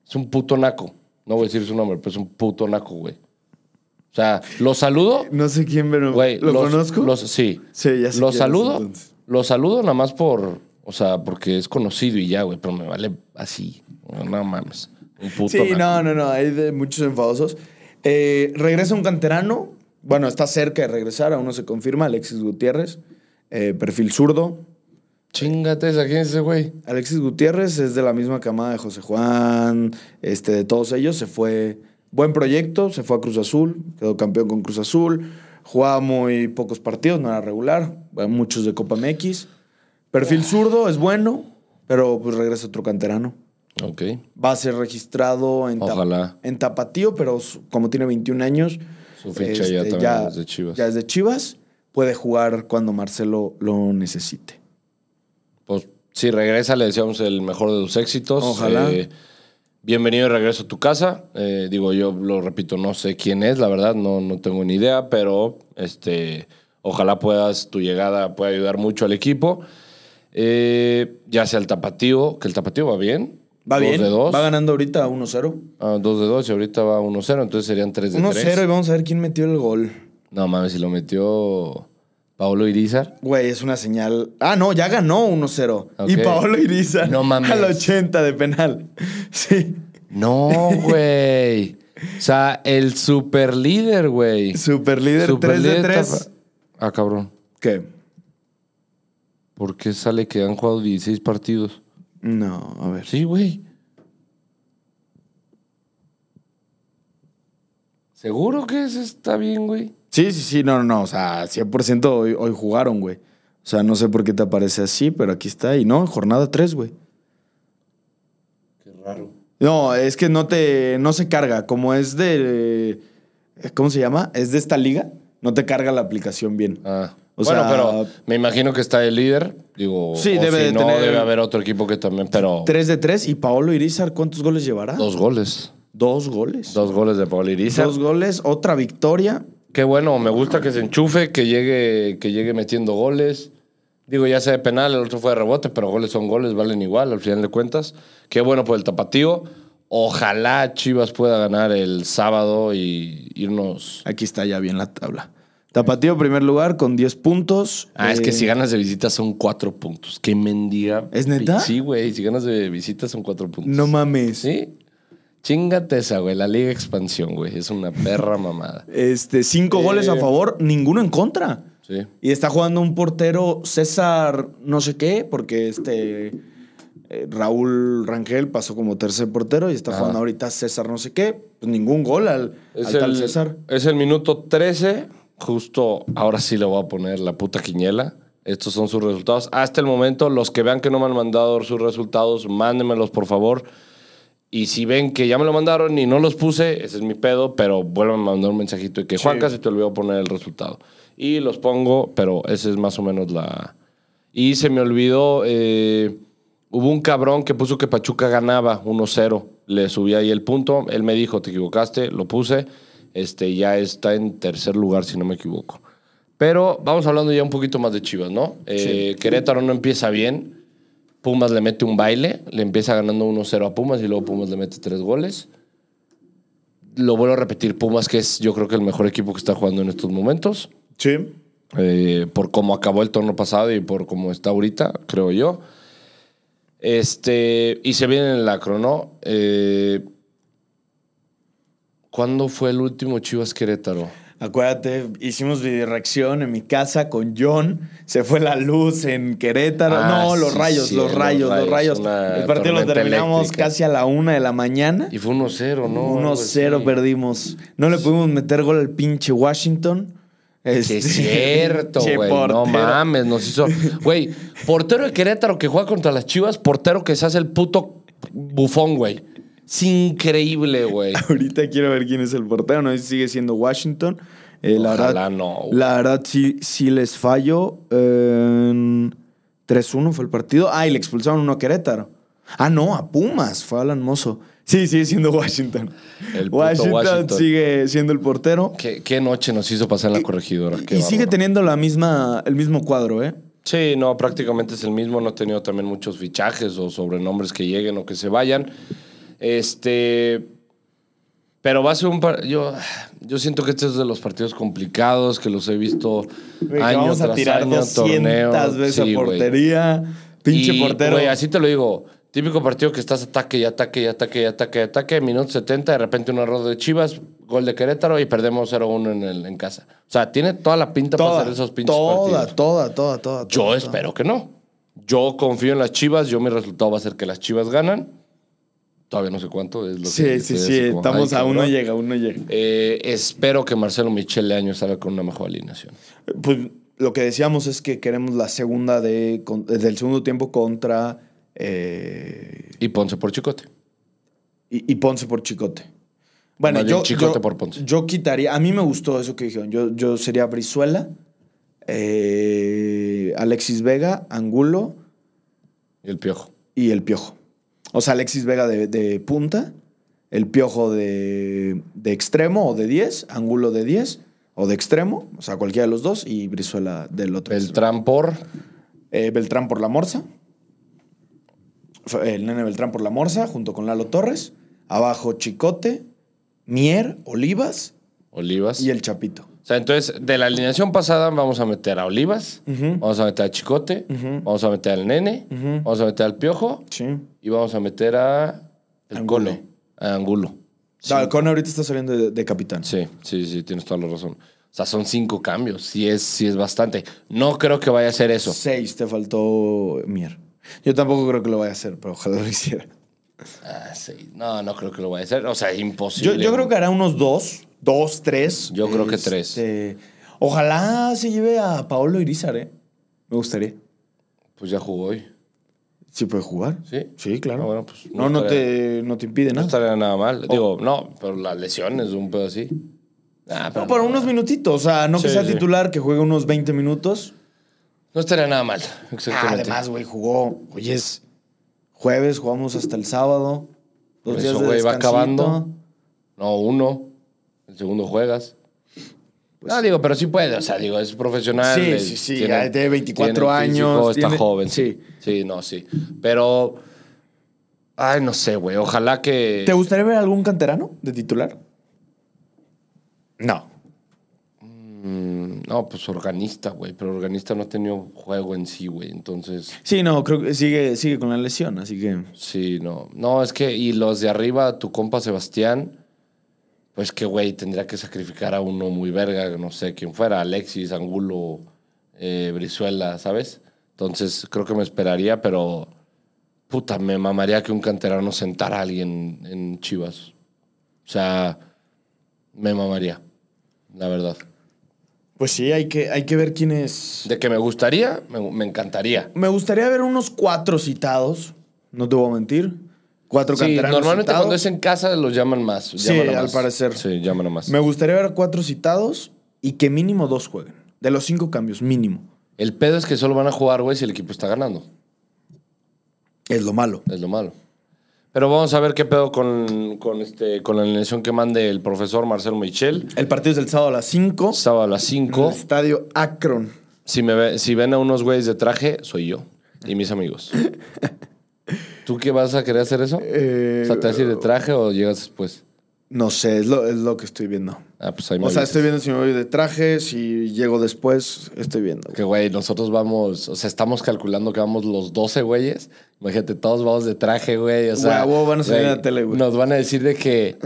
Speaker 2: es un puto naco. No voy a decir su nombre, pero es un puto naco, güey. O sea, lo saludo.
Speaker 1: No sé quién, pero
Speaker 2: Güey,
Speaker 1: ¿lo
Speaker 2: los-
Speaker 1: conozco?
Speaker 2: los- sí.
Speaker 1: Sí, ya sé quién
Speaker 2: Los
Speaker 1: es,
Speaker 2: saludo.
Speaker 1: entonces.
Speaker 2: Los saludo nada más por, O sea, porque es conocido y ya, güey, pero me vale así. No, no mames. Un puto.
Speaker 1: Sí,
Speaker 2: naco.
Speaker 1: no, no, no. Hay de muchos enfadosos. Eh, regresa un canterano. Bueno, está cerca de regresar. Aún no se confirma. Alexis Gutiérrez. eh, perfil zurdo.
Speaker 2: Chingate esa, ¿quién es ese güey?
Speaker 1: Alexis Gutiérrez es de la misma camada de José Juan. Este, de todos ellos. Se fue. Buen proyecto. Se fue a Cruz Azul. Quedó campeón con Cruz Azul. Jugaba muy pocos partidos. No era regular. Muchos de Copa MX. Perfil
Speaker 2: Ah.
Speaker 1: zurdo es bueno. Pero pues regresa otro canterano.
Speaker 2: Ok.
Speaker 1: Va a ser registrado en, Tap-
Speaker 2: Ojalá.
Speaker 1: en Tapatío, pero su- como tiene 21 años. este,
Speaker 2: Su ficha ya también es de Chivas.
Speaker 1: Ya es de Chivas. Puede jugar cuando Marcelo lo necesite.
Speaker 2: Pues si regresa, le deseamos el mejor de los éxitos. Eh,
Speaker 1: Ojalá.
Speaker 2: bienvenido de regreso a tu casa. Eh, digo, yo lo repito, no sé quién es, la verdad, no, no tengo ni idea, pero este, ojalá puedas, tu llegada pueda ayudar mucho al equipo. Eh, ya sea el tapatío, que el tapatío va bien.
Speaker 1: Va
Speaker 2: Dos
Speaker 1: bien.
Speaker 2: De dos.
Speaker 1: Va ganando ahorita 1-0.
Speaker 2: Ah, dos de dos y ahorita va 1-0, entonces serían tres de
Speaker 1: 1-0 y
Speaker 2: tres.
Speaker 1: vamos a ver quién metió el gol.
Speaker 2: No mames, si lo metió Paolo Irizar.
Speaker 1: Güey, es una señal. Ah, no, ya ganó 1-0. Y
Speaker 2: Ok.
Speaker 1: Paolo Iriza.
Speaker 2: No mames.
Speaker 1: Al 80 de penal. Sí.
Speaker 2: No, güey. O sea, el super líder, güey.
Speaker 1: Super líder 3 de
Speaker 2: Superlíder
Speaker 1: 3.
Speaker 2: tapa- Ah, cabrón.
Speaker 1: ¿Qué?
Speaker 2: ¿Por qué sale que han jugado 16 partidos?
Speaker 1: No, a ver.
Speaker 2: Sí, güey. ¿Seguro que ese está bien, güey?
Speaker 1: Sí, sí, sí, no, no, no, o sea, 100% hoy, hoy jugaron, güey. O sea, no sé por qué te aparece así, pero aquí está. Y no, jornada 3, güey.
Speaker 2: Qué raro.
Speaker 1: No, es que no te, no se carga. Como es de, ¿cómo se llama? Es de esta liga, no te carga la aplicación bien.
Speaker 2: Ah.
Speaker 1: O
Speaker 2: bueno,
Speaker 1: sea-
Speaker 2: pero me imagino que está el líder. Digo,
Speaker 1: Sí,
Speaker 2: o
Speaker 1: debe
Speaker 2: si
Speaker 1: de
Speaker 2: no,
Speaker 1: tener-
Speaker 2: debe haber otro equipo que también, pero...
Speaker 1: 3 de 3 y Paolo Irizar, ¿cuántos goles llevará?
Speaker 2: Dos goles.
Speaker 1: Dos goles.
Speaker 2: Dos goles de Paul Irizar.
Speaker 1: Dos goles, otra victoria.
Speaker 2: Qué bueno, me gusta que se enchufe, que llegue, que llegue metiendo goles. Digo, ya sea de penal, el otro fue de rebote, pero goles son goles, valen igual al final de cuentas. Qué bueno por el tapatío. Ojalá Chivas pueda ganar el sábado y irnos.
Speaker 1: Aquí está ya bien la tabla. Tapatío primer lugar con 10 puntos.
Speaker 2: Ah, es que
Speaker 1: Eh,
Speaker 2: si ganas de visita son cuatro puntos. Qué mendiga.
Speaker 1: ¿Es neta?
Speaker 2: Sí, güey, si ganas de visita son cuatro puntos.
Speaker 1: No mames.
Speaker 2: Sí. Chingate esa, güey. La Liga Expansión, güey. Es una perra mamada.
Speaker 1: Este, cinco
Speaker 2: Eh.
Speaker 1: goles a favor, ninguno en contra.
Speaker 2: Sí.
Speaker 1: Y está jugando un portero César no sé qué, porque este eh, Raúl Rangel pasó como tercer portero y está
Speaker 2: Ajá.
Speaker 1: jugando ahorita César no sé qué. Pues ningún gol al,
Speaker 2: Es,
Speaker 1: al tal
Speaker 2: el,
Speaker 1: César.
Speaker 2: es el minuto 13. Justo ahora sí le voy a poner la puta quiniela. Estos son sus resultados. Hasta el momento, los que vean que no me han mandado sus resultados, mándenmelos por favor. Y si ven que ya me lo mandaron y no los puse, ese es mi pedo, pero vuelvan a mandar un mensajito y que Juanca se te olvidó poner el resultado. Y los pongo, pero ese es más o menos la. Y se me olvidó, eh, hubo un cabrón que puso que Pachuca ganaba 1-0. Le subí ahí el punto, él me dijo, te equivocaste, lo puse. Este ya está en tercer lugar, si no me equivoco. Pero vamos hablando ya un poquito más de Chivas, ¿no? Eh, Querétaro no empieza bien. Pumas le mete un baile, le empieza ganando 1-0 a Pumas y luego Pumas le mete tres goles. Lo vuelvo a repetir, Pumas que es yo creo que el mejor equipo que está jugando en estos momentos,
Speaker 1: Sí.
Speaker 2: eh, por cómo acabó el torneo pasado y por cómo está ahorita, creo yo. Este, y se viene el lacro, ¿no? Eh, ¿Cuándo fue el último Chivas Querétaro?
Speaker 1: Acuérdate, hicimos videoreacción en mi casa con John. Se fue la luz en Querétaro.
Speaker 2: Ah,
Speaker 1: no, los
Speaker 2: sí,
Speaker 1: rayos,
Speaker 2: sí,
Speaker 1: los
Speaker 2: los
Speaker 1: rayos, los rayos.
Speaker 2: rayos, una
Speaker 1: El partido lo
Speaker 2: tormenta
Speaker 1: terminamos
Speaker 2: eléctrica.
Speaker 1: casi a la una de la mañana.
Speaker 2: Y fue 1-0, ¿no? pues, Algo así.
Speaker 1: 1-0 perdimos. No le pudimos meter gol al pinche Washington.
Speaker 2: Sí,
Speaker 1: Este,
Speaker 2: es cierto,
Speaker 1: pinche
Speaker 2: güey. No
Speaker 1: portero.
Speaker 2: mames, nos hizo. Güey, portero de Querétaro que juega contra las chivas, portero que se hace el puto bufón, güey. Es increíble, güey.
Speaker 1: Ahorita quiero ver quién es el portero. No sé si sigue siendo Washington. Eh, la
Speaker 2: Ojalá
Speaker 1: verdad,
Speaker 2: no, güey.
Speaker 1: La verdad, sí, sí les fallo. 3-1 fue el partido. Ah, y le expulsaron uno a Querétaro. Ah, no, a Pumas. Fue Alan Mozo. Sí, sigue siendo Washington.
Speaker 2: El puto
Speaker 1: Washington,
Speaker 2: Washington.
Speaker 1: sigue siendo el portero.
Speaker 2: ¿Qué, qué noche nos hizo pasar en la corregidora. Qué
Speaker 1: y sigue
Speaker 2: bárbaro.
Speaker 1: teniendo la misma, el mismo cuadro, ¿eh?
Speaker 2: Sí, no, prácticamente es el mismo. No ha tenido también muchos fichajes o sobrenombres que lleguen o que se vayan. Este. Pero va a ser un par- yo, yo siento que este es de los partidos complicados que los he visto
Speaker 1: Güey, que
Speaker 2: año
Speaker 1: vamos
Speaker 2: tras
Speaker 1: a tirar
Speaker 2: año,
Speaker 1: 200
Speaker 2: torneo.
Speaker 1: veces
Speaker 2: Sí,
Speaker 1: a
Speaker 2: güey.
Speaker 1: portería. Pinche
Speaker 2: Y,
Speaker 1: portero.
Speaker 2: güey, así te lo digo. Típico partido que estás ataque y ataque y ataque y ataque y ataque. Minuto 70, de repente un error de Chivas, gol de Querétaro y perdemos 0-1 en, el- en casa. O sea, tiene toda la pinta para
Speaker 1: toda,
Speaker 2: hacer esos pinches
Speaker 1: toda,
Speaker 2: partidos.
Speaker 1: toda, toda, toda.
Speaker 2: Yo
Speaker 1: toda.
Speaker 2: espero que no. Yo confío en las Chivas. Yo mi resultado va a ser que las Chivas ganan. Todavía no sé cuánto. Es lo
Speaker 1: Sí,
Speaker 2: que
Speaker 1: sí,
Speaker 2: estoy
Speaker 1: sí.
Speaker 2: así como,
Speaker 1: Estamos
Speaker 2: ay,
Speaker 1: a uno
Speaker 2: cabrón.
Speaker 1: llega, uno llega.
Speaker 2: Eh, espero que Marcelo Michel Leaño salga con una mejor alineación.
Speaker 1: Pues lo que decíamos es que queremos la segunda de, con- del segundo tiempo contra eh,
Speaker 2: Y Ponce por Chicote.
Speaker 1: y, y Ponce por Chicote. Bueno,
Speaker 2: Más bien
Speaker 1: yo,
Speaker 2: Chicote
Speaker 1: yo-
Speaker 2: por Ponce.
Speaker 1: yo quitaría, a mí me gustó eso que dijeron, yo, yo sería Brizuela, eh, Alexis Vega, Angulo
Speaker 2: Y el Piojo.
Speaker 1: y el Piojo. O sea, Alexis Vega de, de punta, el Piojo de, de extremo o de 10, Angulo de 10 o de extremo, o sea, cualquiera de los dos y Brizuela del otro. extremo.
Speaker 2: Beltrán por...
Speaker 1: Eh, Beltrán por la Morsa. Fue El nene Beltrán por la Morsa, junto con Lalo Torres. Abajo Chicote, Mier, Olivas
Speaker 2: Olivas.
Speaker 1: y el Chapito.
Speaker 2: O sea, entonces, de la alineación pasada vamos a meter a Olivas,
Speaker 1: Ujú.
Speaker 2: vamos a meter a Chicote,
Speaker 1: Ujú.
Speaker 2: vamos a meter al Nene,
Speaker 1: Ujú.
Speaker 2: vamos a meter al Piojo
Speaker 1: Sí.
Speaker 2: y vamos a meter a el
Speaker 1: Angulo.
Speaker 2: Colo, a Angulo.
Speaker 1: No, el Cone Ah, ahorita está saliendo de, de capitán.
Speaker 2: Sí, sí, sí, tienes toda la razón. O sea, son cinco cambios, sí es, sí es bastante. No creo que vaya a ser eso.
Speaker 1: Seis, te faltó Mier. Yo tampoco creo que lo vaya a hacer, pero ojalá lo hiciera.
Speaker 2: Ah, sí. No, no creo que lo vaya a hacer. O sea, es
Speaker 1: Yo,
Speaker 2: imposible.
Speaker 1: yo creo que hará unos dos, dos, tres.
Speaker 2: Yo creo que tres.
Speaker 1: Este, Ojalá se lleve a Paolo Irizar, ¿eh? Me gustaría.
Speaker 2: Pues ya jugó hoy.
Speaker 1: ¿Sí puede jugar?
Speaker 2: ¿Sí?
Speaker 1: Sí, claro.
Speaker 2: Ah, bueno, pues,
Speaker 1: no, no, te, no te impide
Speaker 2: No
Speaker 1: nada.
Speaker 2: estaría nada mal. Digo, no, pero las lesiones, un pedo así. Ah, pero
Speaker 1: No, para
Speaker 2: no.
Speaker 1: unos minutitos. O sea, no que
Speaker 2: Sí,
Speaker 1: sea
Speaker 2: sí.
Speaker 1: titular, que juegue unos 20 minutos.
Speaker 2: No estaría nada mal.
Speaker 1: Ah,
Speaker 2: Exactamente.
Speaker 1: además, güey, jugó. Hoy es jueves, jugamos hasta el sábado. Dos
Speaker 2: Por
Speaker 1: días
Speaker 2: eso,
Speaker 1: de
Speaker 2: güey, va
Speaker 1: descansito.
Speaker 2: acabando. No, uno. El segundo juegas. no, digo, pero sí puede. O sea, digo, es profesional.
Speaker 1: Pues Sí, sí,
Speaker 2: eh,
Speaker 1: sí,
Speaker 2: tiene-
Speaker 1: ya tiene 24
Speaker 2: tiene físico,
Speaker 1: años,
Speaker 2: Está
Speaker 1: tiene-
Speaker 2: joven. Sí.
Speaker 1: sí.
Speaker 2: sí. no, sí. Pero. Ay, no sé, güey. Ojalá que.
Speaker 1: ¿Te gustaría ver algún canterano de titular? No.
Speaker 2: Mm, no, pues organista, güey. Pero organista no ha tenido juego en sí, güey. Entonces.
Speaker 1: Sí, no, creo que sigue, sigue con la lesión, así que.
Speaker 2: Sí, no. No, es que, y los de arriba, tu compa Sebastián, pues que, güey, tendría que sacrificar a uno muy verga, no sé quién fuera, Alexis, Angulo, eh, Brizuela, ¿sabes? Entonces, creo que me esperaría, pero puta, me mamaría que un canterano sentara a alguien en Chivas. O sea, me mamaría, la verdad.
Speaker 1: Pues sí, hay que, hay que ver quién es.
Speaker 2: De que me gustaría, me, me encantaría.
Speaker 1: Me gustaría ver unos cuatro citados. No te voy a mentir. Cuatro
Speaker 2: Sí,
Speaker 1: canteranos.
Speaker 2: normalmente
Speaker 1: citados.
Speaker 2: cuando es en casa los llaman más.
Speaker 1: Sí,
Speaker 2: llaman a
Speaker 1: al
Speaker 2: más.
Speaker 1: parecer.
Speaker 2: Sí, llaman a más.
Speaker 1: Me gustaría ver cuatro citados y que mínimo dos jueguen. De los cinco cambios, mínimo.
Speaker 2: El pedo es que solo van a jugar, güey, si el equipo está ganando.
Speaker 1: Es lo malo.
Speaker 2: Es lo malo. Pero vamos a ver qué pedo con, con, este, con la alineación que mande el profesor Marcelo Michel.
Speaker 1: El partido es el sábado a las 5.
Speaker 2: Sábado a las
Speaker 1: En el
Speaker 2: 5.
Speaker 1: estadio Akron.
Speaker 2: Si, me ve- si ven a unos güeyes de traje, soy yo y mis amigos. ¿Tú qué vas a querer hacer eso?
Speaker 1: Eh,
Speaker 2: o sea, ¿te vas a ir de traje o llegas después?
Speaker 1: No sé, es lo, es lo que estoy viendo.
Speaker 2: Ah, pues ahí me
Speaker 1: O sea,
Speaker 2: avisas.
Speaker 1: estoy viendo si me voy de traje, si llego después, estoy viendo.
Speaker 2: Que, güey, nosotros vamos, o sea, estamos calculando que vamos los 12 güeyes. Imagínate, todos vamos de traje, güey. O
Speaker 1: Güey,
Speaker 2: sea,
Speaker 1: a huevo van a salir en la tele, güey.
Speaker 2: Nos van a decir de que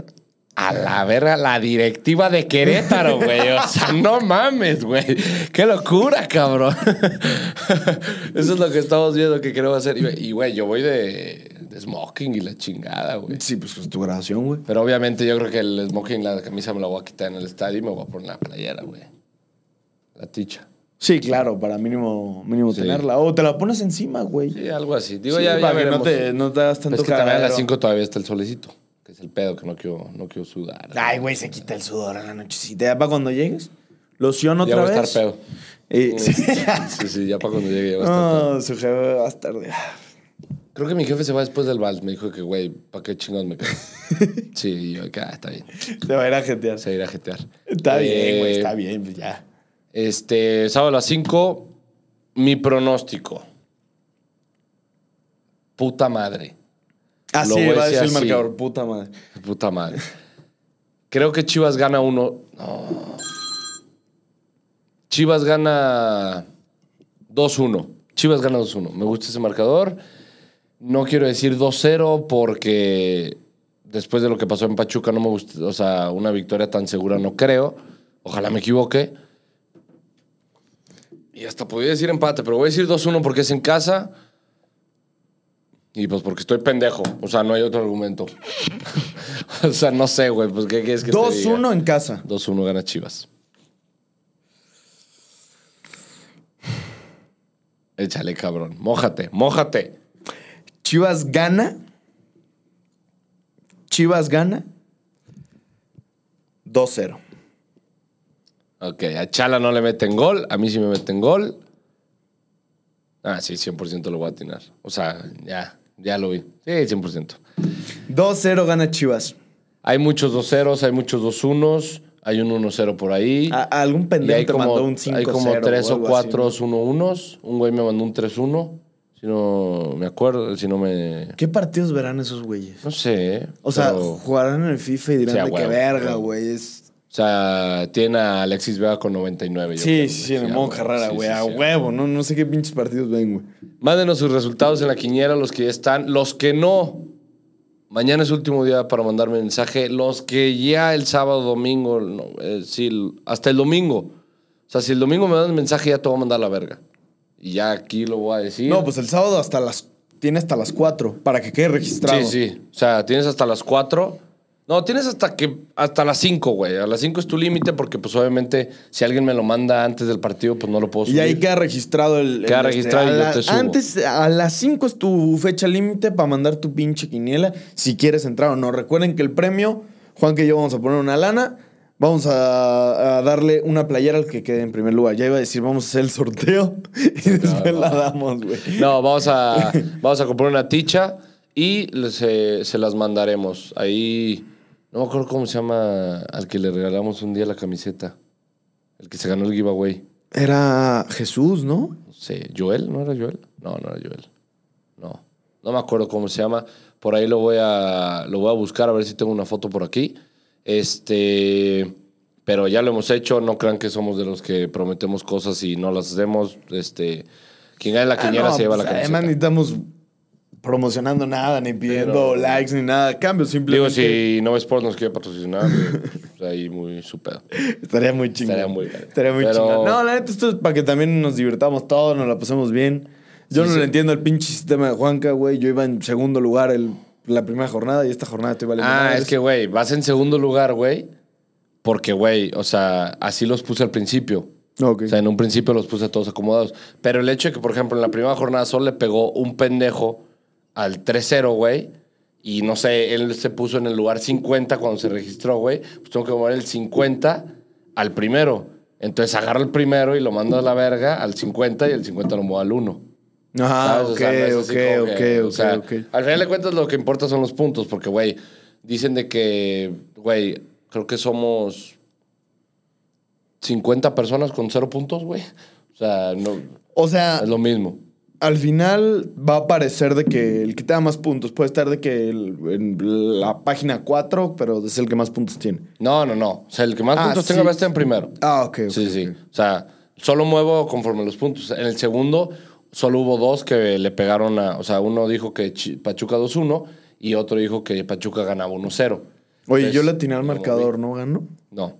Speaker 2: a la verga, la directiva de Querétaro, güey. O sea, no mames, güey. Qué locura, cabrón. Eso es lo que estamos viendo que queremos hacer. Y, Y, güey, yo voy de, de smoking y la chingada, güey.
Speaker 1: Sí, pues es tu grabación, güey.
Speaker 2: Pero obviamente yo creo que el smoking, la camisa me la voy a quitar en el estadio y me voy a poner la playera, güey. La ticha.
Speaker 1: Sí, claro, para mínimo, mínimo
Speaker 2: Sí.
Speaker 1: tenerla. O te la pones encima, güey.
Speaker 2: Sí, algo así. Digo,
Speaker 1: Sí,
Speaker 2: ya, ya
Speaker 1: para que no
Speaker 2: veremos.
Speaker 1: te, no te hagas tanto
Speaker 2: Pero Pues es que también a las
Speaker 1: cagadero.
Speaker 2: 5 todavía está el solecito, que es el pedo que no quiero, no quiero sudar.
Speaker 1: Ay, güey, se quita el sudor en la nochecita. Ya para cuando llegues, loción
Speaker 2: ya
Speaker 1: otra
Speaker 2: va
Speaker 1: vez.
Speaker 2: a estar pedo.
Speaker 1: Y-
Speaker 2: Sí, sí, sí, ya para cuando llegue ya va a estar pedo.
Speaker 1: No, su jefe va a estar de- ah,
Speaker 2: Creo que mi jefe se va después del vals. Me dijo que, güey, ¿para qué chingados me quedo? sí, y yo, acá, está bien.
Speaker 1: Te va a ir a jetear.
Speaker 2: Se va a ir a jetear.
Speaker 1: Está bien, güey,
Speaker 2: Eh,
Speaker 1: está bien, pues ya.
Speaker 2: Este, sábado a las 5, mi pronóstico. Puta madre.
Speaker 1: Así
Speaker 2: lo voy a
Speaker 1: va a decir
Speaker 2: decir
Speaker 1: el
Speaker 2: así.
Speaker 1: marcador, puta madre.
Speaker 2: Puta madre. Creo que Chivas gana uno. No. Chivas gana 2-1. Chivas gana 2-1. Me gusta ese marcador. No quiero decir 2-0 porque después de lo que pasó en Pachuca no me gusta, o sea, una victoria tan segura no creo. Ojalá me equivoque. Y hasta podría decir empate, pero voy a decir 2-1 porque es en casa. Y pues porque estoy pendejo. O sea, no hay otro argumento. o sea, no sé, güey. Pues qué quieres que te diga?
Speaker 1: 2-1 en casa.
Speaker 2: 2-1 gana Chivas. Échale, cabrón. Mójate, mójate.
Speaker 1: Chivas gana. Chivas gana. 2-0.
Speaker 2: Ok, a Chala no le meten gol, a mí sí me meten gol. Ah, sí, 100% lo voy a atinar. O sea, ya, ya lo vi. Sí, 100%.
Speaker 1: 2-0 gana Chivas.
Speaker 2: Hay muchos 2-0, hay muchos 2-1, hay un 1-0 por ahí.
Speaker 1: A- a algún
Speaker 2: Y
Speaker 1: pendejo
Speaker 2: hay
Speaker 1: te Ah, mandó un 5-0.
Speaker 2: hay como tres o
Speaker 1: algo
Speaker 2: cuatro
Speaker 1: así,
Speaker 2: 1-1. Un güey me mandó un 3-1. Si no me acuerdo, si no me.
Speaker 1: ¿no? ¿Qué partidos verán esos güeyes?
Speaker 2: No sé. ¿eh?
Speaker 1: O sea,
Speaker 2: pero- o
Speaker 1: jugarán en el FIFA y dirán
Speaker 2: Sí, a
Speaker 1: de qué
Speaker 2: huevo,
Speaker 1: verga,
Speaker 2: huevo.
Speaker 1: güey. Es...
Speaker 2: sea, tiene a Alexis Vega con 99. yo creo,
Speaker 1: Sí, sí, sí, en
Speaker 2: a
Speaker 1: el modo
Speaker 2: huevo,
Speaker 1: carrera,
Speaker 2: sí,
Speaker 1: güey.
Speaker 2: sí,
Speaker 1: A
Speaker 2: sí,
Speaker 1: huevo, no, no sé qué pinches partidos ven, güey.
Speaker 2: Mándenos sus resultados en la quiniela, los que ya están, los que no. Mañana es último día para mandar mensaje. Los que ya el sábado, domingo, no, eh, sí, el- hasta el domingo. O sea, si el domingo me dan mensaje, ya te voy a mandar la verga. Y ya aquí lo voy a decir.
Speaker 1: No, pues el sábado hasta las. Tiene hasta las 4 para que quede registrado.
Speaker 2: Sí, sí. O sea, tienes hasta las 4. No, tienes hasta que hasta las 5, güey. A las 5 es tu límite porque, pues, obviamente, si alguien me lo manda antes del partido, pues no lo puedo subir.
Speaker 1: Y ahí queda registrado el.
Speaker 2: Queda
Speaker 1: el-
Speaker 2: registrado
Speaker 1: a
Speaker 2: y yo
Speaker 1: la-
Speaker 2: te subo.
Speaker 1: Antes, a las 5 es tu fecha límite para mandar tu pinche quiniela si quieres entrar o no. Recuerden que el premio, Juan que yo vamos a poner una lana. Vamos a, a darle una playera al que quede en primer lugar. Ya iba a decir, vamos a hacer el sorteo y después la damos, güey.
Speaker 2: No, vamos a, vamos a comprar una ticha y se, se las mandaremos. Ahí, no me acuerdo cómo se llama al que le regalamos un día la camiseta. El que se ganó el giveaway.
Speaker 1: Era Jesús, ¿no?
Speaker 2: No sé, ¿Joel? ¿No era Joel? No, no era Joel. No. No me acuerdo cómo se llama. Por ahí lo voy a, lo voy a buscar a ver si tengo una foto por aquí. Este... Pero ya lo hemos hecho, no crean que somos de los que prometemos cosas y no las hacemos. Este, quien gane la quiniela
Speaker 1: Ah, no,
Speaker 2: se lleva
Speaker 1: pues,
Speaker 2: la camiseta.
Speaker 1: Además, ni estamos promocionando nada, ni pidiendo
Speaker 2: Pero-
Speaker 1: likes, ni nada. Cambio,
Speaker 2: Digo,
Speaker 1: simplemente.
Speaker 2: si Nova Sports nos quiere patrocinar, pues, ahí muy su pedo.
Speaker 1: Estaría muy chingón.
Speaker 2: Estaría muy padre.
Speaker 1: Estaría muy
Speaker 2: Pero-
Speaker 1: chingón. No, la neta, esto es para que también nos divirtamos todos, nos la pasemos bien. Yo
Speaker 2: Sí,
Speaker 1: no
Speaker 2: sí.
Speaker 1: le entiendo el pinche sistema de Juanca, güey. Yo iba en segundo lugar el- la primera jornada y esta jornada estoy valiendo
Speaker 2: Ah,
Speaker 1: madres.
Speaker 2: es que, güey, vas en segundo lugar, güey. Porque, güey, o sea, así los puse al principio.
Speaker 1: Ok.
Speaker 2: O sea, en un principio los puse a todos acomodados. Pero el hecho de que, por ejemplo, en la primera jornada solo le pegó un pendejo al 3-0, güey. Y no sé, él se puso en el lugar 50 cuando se registró, güey. Pues tengo que mover el 50 al primero. Entonces agarro el primero y lo mando a la verga al 50 y el 50 lo muevo al 1.
Speaker 1: Ajá,
Speaker 2: ¿sabes?
Speaker 1: Ah, ok,
Speaker 2: O sea, no es
Speaker 1: ok,
Speaker 2: así como
Speaker 1: ok,
Speaker 2: que, o
Speaker 1: ok,
Speaker 2: sea,
Speaker 1: ok.
Speaker 2: Al final de cuentas, lo que importa son los puntos, porque, güey, dicen de que, güey, creo que somos 50 personas con cero puntos, güey. O sea, no,
Speaker 1: O sea,
Speaker 2: es lo mismo.
Speaker 1: al final va a parecer de que el que te da más puntos puede estar de que el- en la página 4, pero es el que más puntos tiene.
Speaker 2: No, no, no. O sea, el que más
Speaker 1: Ah,
Speaker 2: puntos
Speaker 1: sí.
Speaker 2: tenga va a estar en primero.
Speaker 1: Ah, ok, ok.
Speaker 2: sí, sí.
Speaker 1: ok.
Speaker 2: O sea, solo muevo conforme los puntos. En el segundo, solo hubo dos que le pegaron a. O sea, uno dijo que Chi- Pachuca 2-1 y otro dijo que Pachuca ganaba 1-0.
Speaker 1: Oye,
Speaker 2: Entonces,
Speaker 1: yo le atiné al
Speaker 2: lo moví.
Speaker 1: marcador, ¿no ganó?
Speaker 2: No.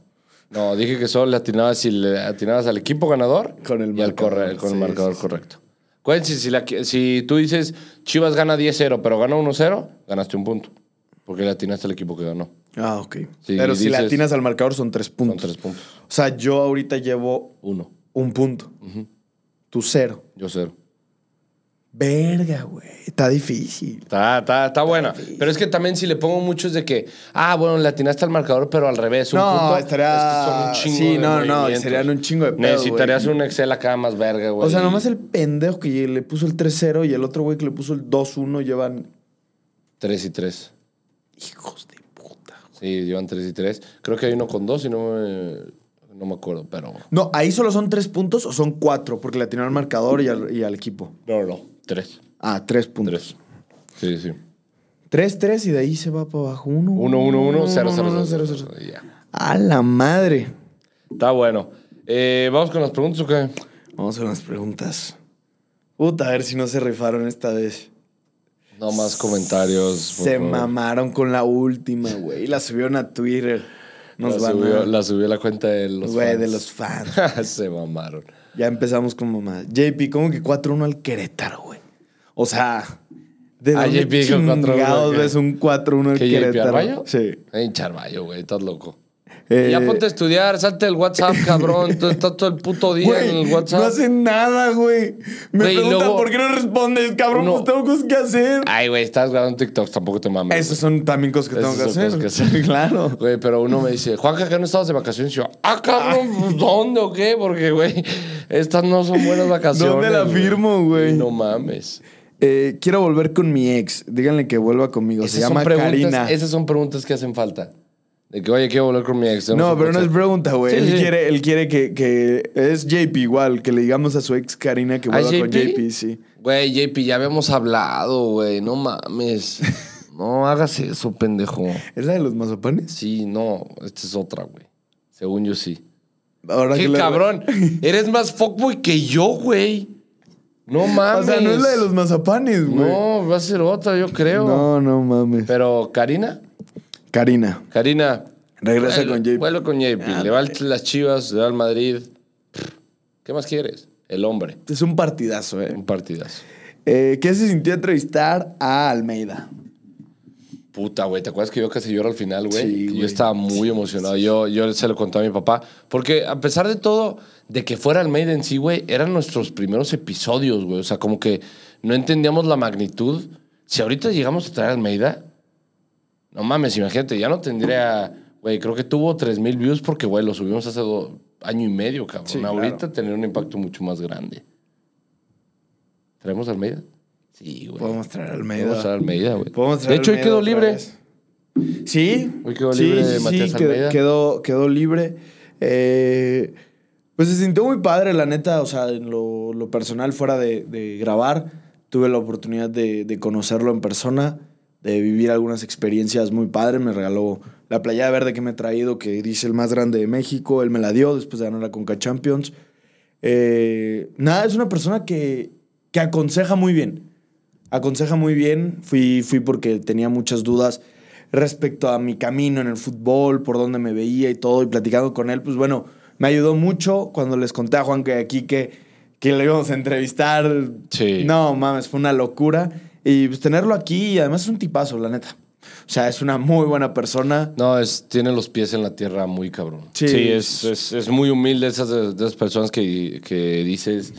Speaker 2: No, dije que solo le atinabas si le atinabas al equipo ganador
Speaker 1: Con el
Speaker 2: y al
Speaker 1: marcador,
Speaker 2: corre- con el
Speaker 1: sí,
Speaker 2: marcador
Speaker 1: sí, sí.
Speaker 2: correcto. Acuérdense, si, la qui- si tú dices Chivas gana 10-0, pero gana 1-0, ganaste un punto. Porque le atinaste al equipo que ganó.
Speaker 1: Ah, ok.
Speaker 2: Sí,
Speaker 1: pero si le
Speaker 2: dices-
Speaker 1: atinas al marcador son tres
Speaker 2: Son
Speaker 1: puntos.
Speaker 2: tres puntos.
Speaker 1: O sea, yo ahorita llevo
Speaker 2: Uno.
Speaker 1: un punto. Tú cero.
Speaker 2: Yo cero.
Speaker 1: Verga, güey. Está difícil.
Speaker 2: Está, está, está buena. Pero es que también si le pongo mucho es de que, ah, bueno, le atinaste al marcador, pero al revés. Un
Speaker 1: No,
Speaker 2: punto,
Speaker 1: estaría- sí,
Speaker 2: de
Speaker 1: no, no,
Speaker 2: movimientos.
Speaker 1: serían un chingo de pedo,
Speaker 2: Necesitarías
Speaker 1: güey.
Speaker 2: un Excel acá más verga, güey.
Speaker 1: O sea, nomás el pendejo que le puso el 3-0 y el otro güey que le puso el 2-1 llevan.
Speaker 2: Tres y tres.
Speaker 1: Hijos de puta.
Speaker 2: Sí, llevan 3 y 3. Creo que hay uno con 2 y no me, no me acuerdo, pero...
Speaker 1: No, ahí solo son tres puntos o son cuatro, porque le atinaron al marcador y al, y al equipo.
Speaker 2: No, no. 3.
Speaker 1: Ah, tres puntos.
Speaker 2: 3. Sí, sí.
Speaker 1: Tres, tres, y de ahí se va para abajo. Uno,
Speaker 2: 1, 1, 1, 0,
Speaker 1: uno, uno,
Speaker 2: 0,
Speaker 1: Mm, cero,
Speaker 2: 0,
Speaker 1: cero.
Speaker 2: 0. Ya.
Speaker 1: A la madre.
Speaker 2: Está bueno. Eh, ¿Vamos con las preguntas o qué?
Speaker 1: Vamos a las preguntas. Puta, a ver si no se rifaron esta vez.
Speaker 2: No más comentarios. por
Speaker 1: Se
Speaker 2: favor.
Speaker 1: mamaron con la última, güey. La subieron a Twitter. Nos
Speaker 2: la,
Speaker 1: van
Speaker 2: subió, la subió la cuenta de los
Speaker 1: Güey,
Speaker 2: fans.
Speaker 1: de los fans.
Speaker 2: Se mamaron.
Speaker 1: Ya empezamos con mamá. JP, ¿cómo que 4-1 al Querétaro, güey? O sea, ¿de
Speaker 2: Ah,
Speaker 1: dónde
Speaker 2: JP con 4-1 al
Speaker 1: chingados ves un 4-1 al
Speaker 2: ¿Qué, JP
Speaker 1: Querétaro?
Speaker 2: Arbayo?
Speaker 1: Sí.
Speaker 2: En Charballo, güey, estás loco.
Speaker 1: Eh,
Speaker 2: ya ponte a estudiar, salte el WhatsApp, cabrón. Tú estás todo el puto día
Speaker 1: Güey,
Speaker 2: en el WhatsApp.
Speaker 1: no hacen nada, güey. Me
Speaker 2: Güey, y
Speaker 1: preguntan
Speaker 2: luego- Ah,
Speaker 1: por qué no respondes, cabrón.
Speaker 2: No.
Speaker 1: Pues tengo cosas que hacer.
Speaker 2: Ay, güey, estás grabando TikToks, tampoco te mames.
Speaker 1: Esas son también cosas que
Speaker 2: Esas
Speaker 1: tengo que
Speaker 2: son
Speaker 1: hacer.
Speaker 2: cosas que hacer.
Speaker 1: claro.
Speaker 2: Güey, pero uno me dice, Juanca, ¿qué no estabas de vacaciones? Y yo, ah, cabrón, pues, ¿dónde o qué? Porque, güey, estas no son buenas vacaciones.
Speaker 1: ¿Dónde la
Speaker 2: güey.
Speaker 1: firmo, güey?
Speaker 2: No mames.
Speaker 1: Eh, quiero volver con mi ex. Díganle que vuelva conmigo. Se
Speaker 2: Esas son
Speaker 1: llama
Speaker 2: preguntas-
Speaker 1: Karina.
Speaker 2: Esas son preguntas que hacen falta. De que, oye, quiero volver con mi ex.
Speaker 1: No, pero no es
Speaker 2: pregunta.
Speaker 1: pregunta, güey.
Speaker 2: Sí,
Speaker 1: él,
Speaker 2: sí.
Speaker 1: Quiere, él quiere que, que- Es JP igual, que le digamos a su ex Karina que
Speaker 2: ¿Ah,
Speaker 1: vuelva con JP, sí.
Speaker 2: Güey, JP, ya habíamos hablado, güey. No mames. no hagas eso, pendejo.
Speaker 1: ¿Es la de los mazapanes?
Speaker 2: Sí, no. Esta es otra, güey. Según yo, sí.
Speaker 1: Ahora
Speaker 2: ¡Qué
Speaker 1: que la-
Speaker 2: cabrón! Eres más fuckboy que yo, güey. No
Speaker 1: O
Speaker 2: mames.
Speaker 1: sea, no es la de los mazapanes, güey.
Speaker 2: No, va a ser otra, yo creo.
Speaker 1: No, no mames.
Speaker 2: Pero, ¿Karina?
Speaker 1: Karina,
Speaker 2: Karina.
Speaker 1: regresa con JP.
Speaker 2: Vuelo con JP. le va al- las chivas, le va al Madrid. ¿Qué más quieres? El hombre.
Speaker 1: Es un partidazo, eh.
Speaker 2: Un partidazo.
Speaker 1: Eh, ¿Qué se sintió entrevistar a Almeida?
Speaker 2: Puta, güey, ¿te acuerdas que yo casi lloro al final, güey?
Speaker 1: Sí,
Speaker 2: Que
Speaker 1: güey.
Speaker 2: yo estaba muy emocionado. Yo, yo se lo conté a mi papá. Porque a pesar de todo, de que fuera Almeida en sí, güey, eran nuestros primeros episodios, güey. O sea, como que no entendíamos la magnitud. Si ahorita llegamos a traer a Almeida, no mames, imagínate, ya no tendría. Güey, creo que tuvo 3000 views porque, güey, lo subimos hace do- año y medio, cabrón.
Speaker 1: Sí, claro.
Speaker 2: ahorita tendría un impacto mucho más grande. ¿Traemos a Almeida? Sí, güey.
Speaker 1: Podemos traer a Almeida.
Speaker 2: Podemos traer a Almeida, güey.
Speaker 1: Podemos
Speaker 2: De
Speaker 1: traer a
Speaker 2: hecho, hoy
Speaker 1: Almeida
Speaker 2: quedó
Speaker 1: otra
Speaker 2: libre.
Speaker 1: vez. Sí.
Speaker 2: Hoy quedó
Speaker 1: Sí,
Speaker 2: libre
Speaker 1: sí, sí,
Speaker 2: Matías
Speaker 1: qued-
Speaker 2: Almeida.
Speaker 1: Quedó, quedó libre. Eh, pues se sintió muy padre, la neta. O sea, en lo, lo personal, fuera de, de grabar, tuve la oportunidad de, de conocerlo en persona, de vivir algunas experiencias muy padres. Me regaló la playa verde que me he traído, que dice el más grande de México. Él me la dio después de ganar la Conca Champions. Eh, nada, es una persona que, que aconseja muy bien. Aconseja muy bien. Fui, fui porque tenía muchas dudas respecto a mi camino en el fútbol, por dónde me veía y todo. Y platicando con él, pues bueno, me ayudó mucho cuando les conté a Juan que aquí que, que lo íbamos a entrevistar.
Speaker 2: Sí.
Speaker 1: No, mames, fue una locura. Y pues tenerlo aquí, y además es un tipazo, la neta. O sea, es una muy buena persona.
Speaker 2: No, es, tiene los pies en la tierra muy cabrón.
Speaker 1: Sí.
Speaker 2: Sí, es, es, es muy humilde esas, de, de esas personas que, que dices,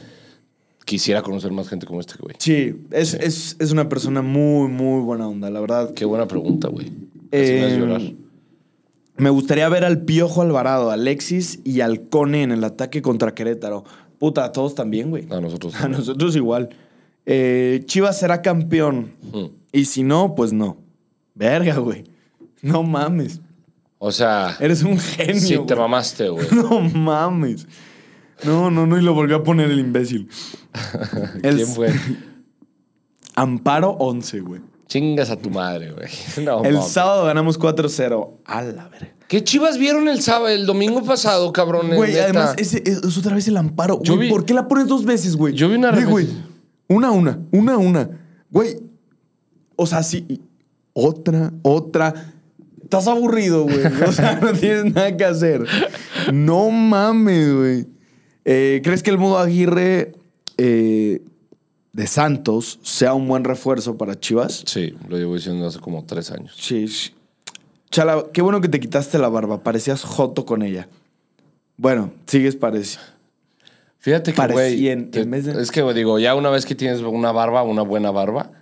Speaker 2: quisiera conocer más gente como este güey.
Speaker 1: Sí, es, es- es una persona muy, muy buena onda, la verdad.
Speaker 2: Qué buena pregunta, güey. Casi me hace
Speaker 1: Eh,
Speaker 2: llorar.
Speaker 1: Me gustaría ver al Piojo Alvarado, Alexis y al Cone en el ataque contra Querétaro. Puta, a todos también, güey.
Speaker 2: A nosotros.
Speaker 1: A nosotros igual. Eh, Chivas será campeón.
Speaker 2: Mm.
Speaker 1: Y si no, pues no. Verga, güey. No mames.
Speaker 2: O sea,
Speaker 1: Eres un genio.
Speaker 2: sí te
Speaker 1: güey.
Speaker 2: mamaste, güey.
Speaker 1: No mames. No, no, no. Y lo volvió a poner el imbécil. El-
Speaker 2: ¿Quién fue?
Speaker 1: Amparo 11, güey.
Speaker 2: Chingas a tu madre, güey. No,
Speaker 1: el
Speaker 2: Oh, mames.
Speaker 1: sábado ganamos 4-0. A la verga.
Speaker 2: ¿Qué chivas vieron el sábado, el domingo pasado, cabrones?
Speaker 1: Güey,
Speaker 2: neta?
Speaker 1: además, ese es, es otra vez el amparo.
Speaker 2: Yo
Speaker 1: Güey,
Speaker 2: vi-
Speaker 1: ¿por qué la pones dos veces, güey?
Speaker 2: Yo vi una
Speaker 1: Ve,
Speaker 2: ref-
Speaker 1: güey. Una a una, una a una. Güey. O sea, sí. y- Otra, otra. Estás aburrido, güey. O sea, no tienes nada que hacer. No mames, güey. Eh, ¿Crees que el modo Aguirre eh, de Santos sea un buen refuerzo para Chivas?
Speaker 2: Sí, lo llevo diciendo hace como tres años.
Speaker 1: Sí. sí. Chala, qué bueno que te quitaste la barba. Parecías joto con ella. Bueno, sigues pareciendo.
Speaker 2: Fíjate que, güey.
Speaker 1: Parecía en-
Speaker 2: te-
Speaker 1: en vez de-
Speaker 2: Es que, güey, digo, ya una vez que tienes una barba, una buena barba,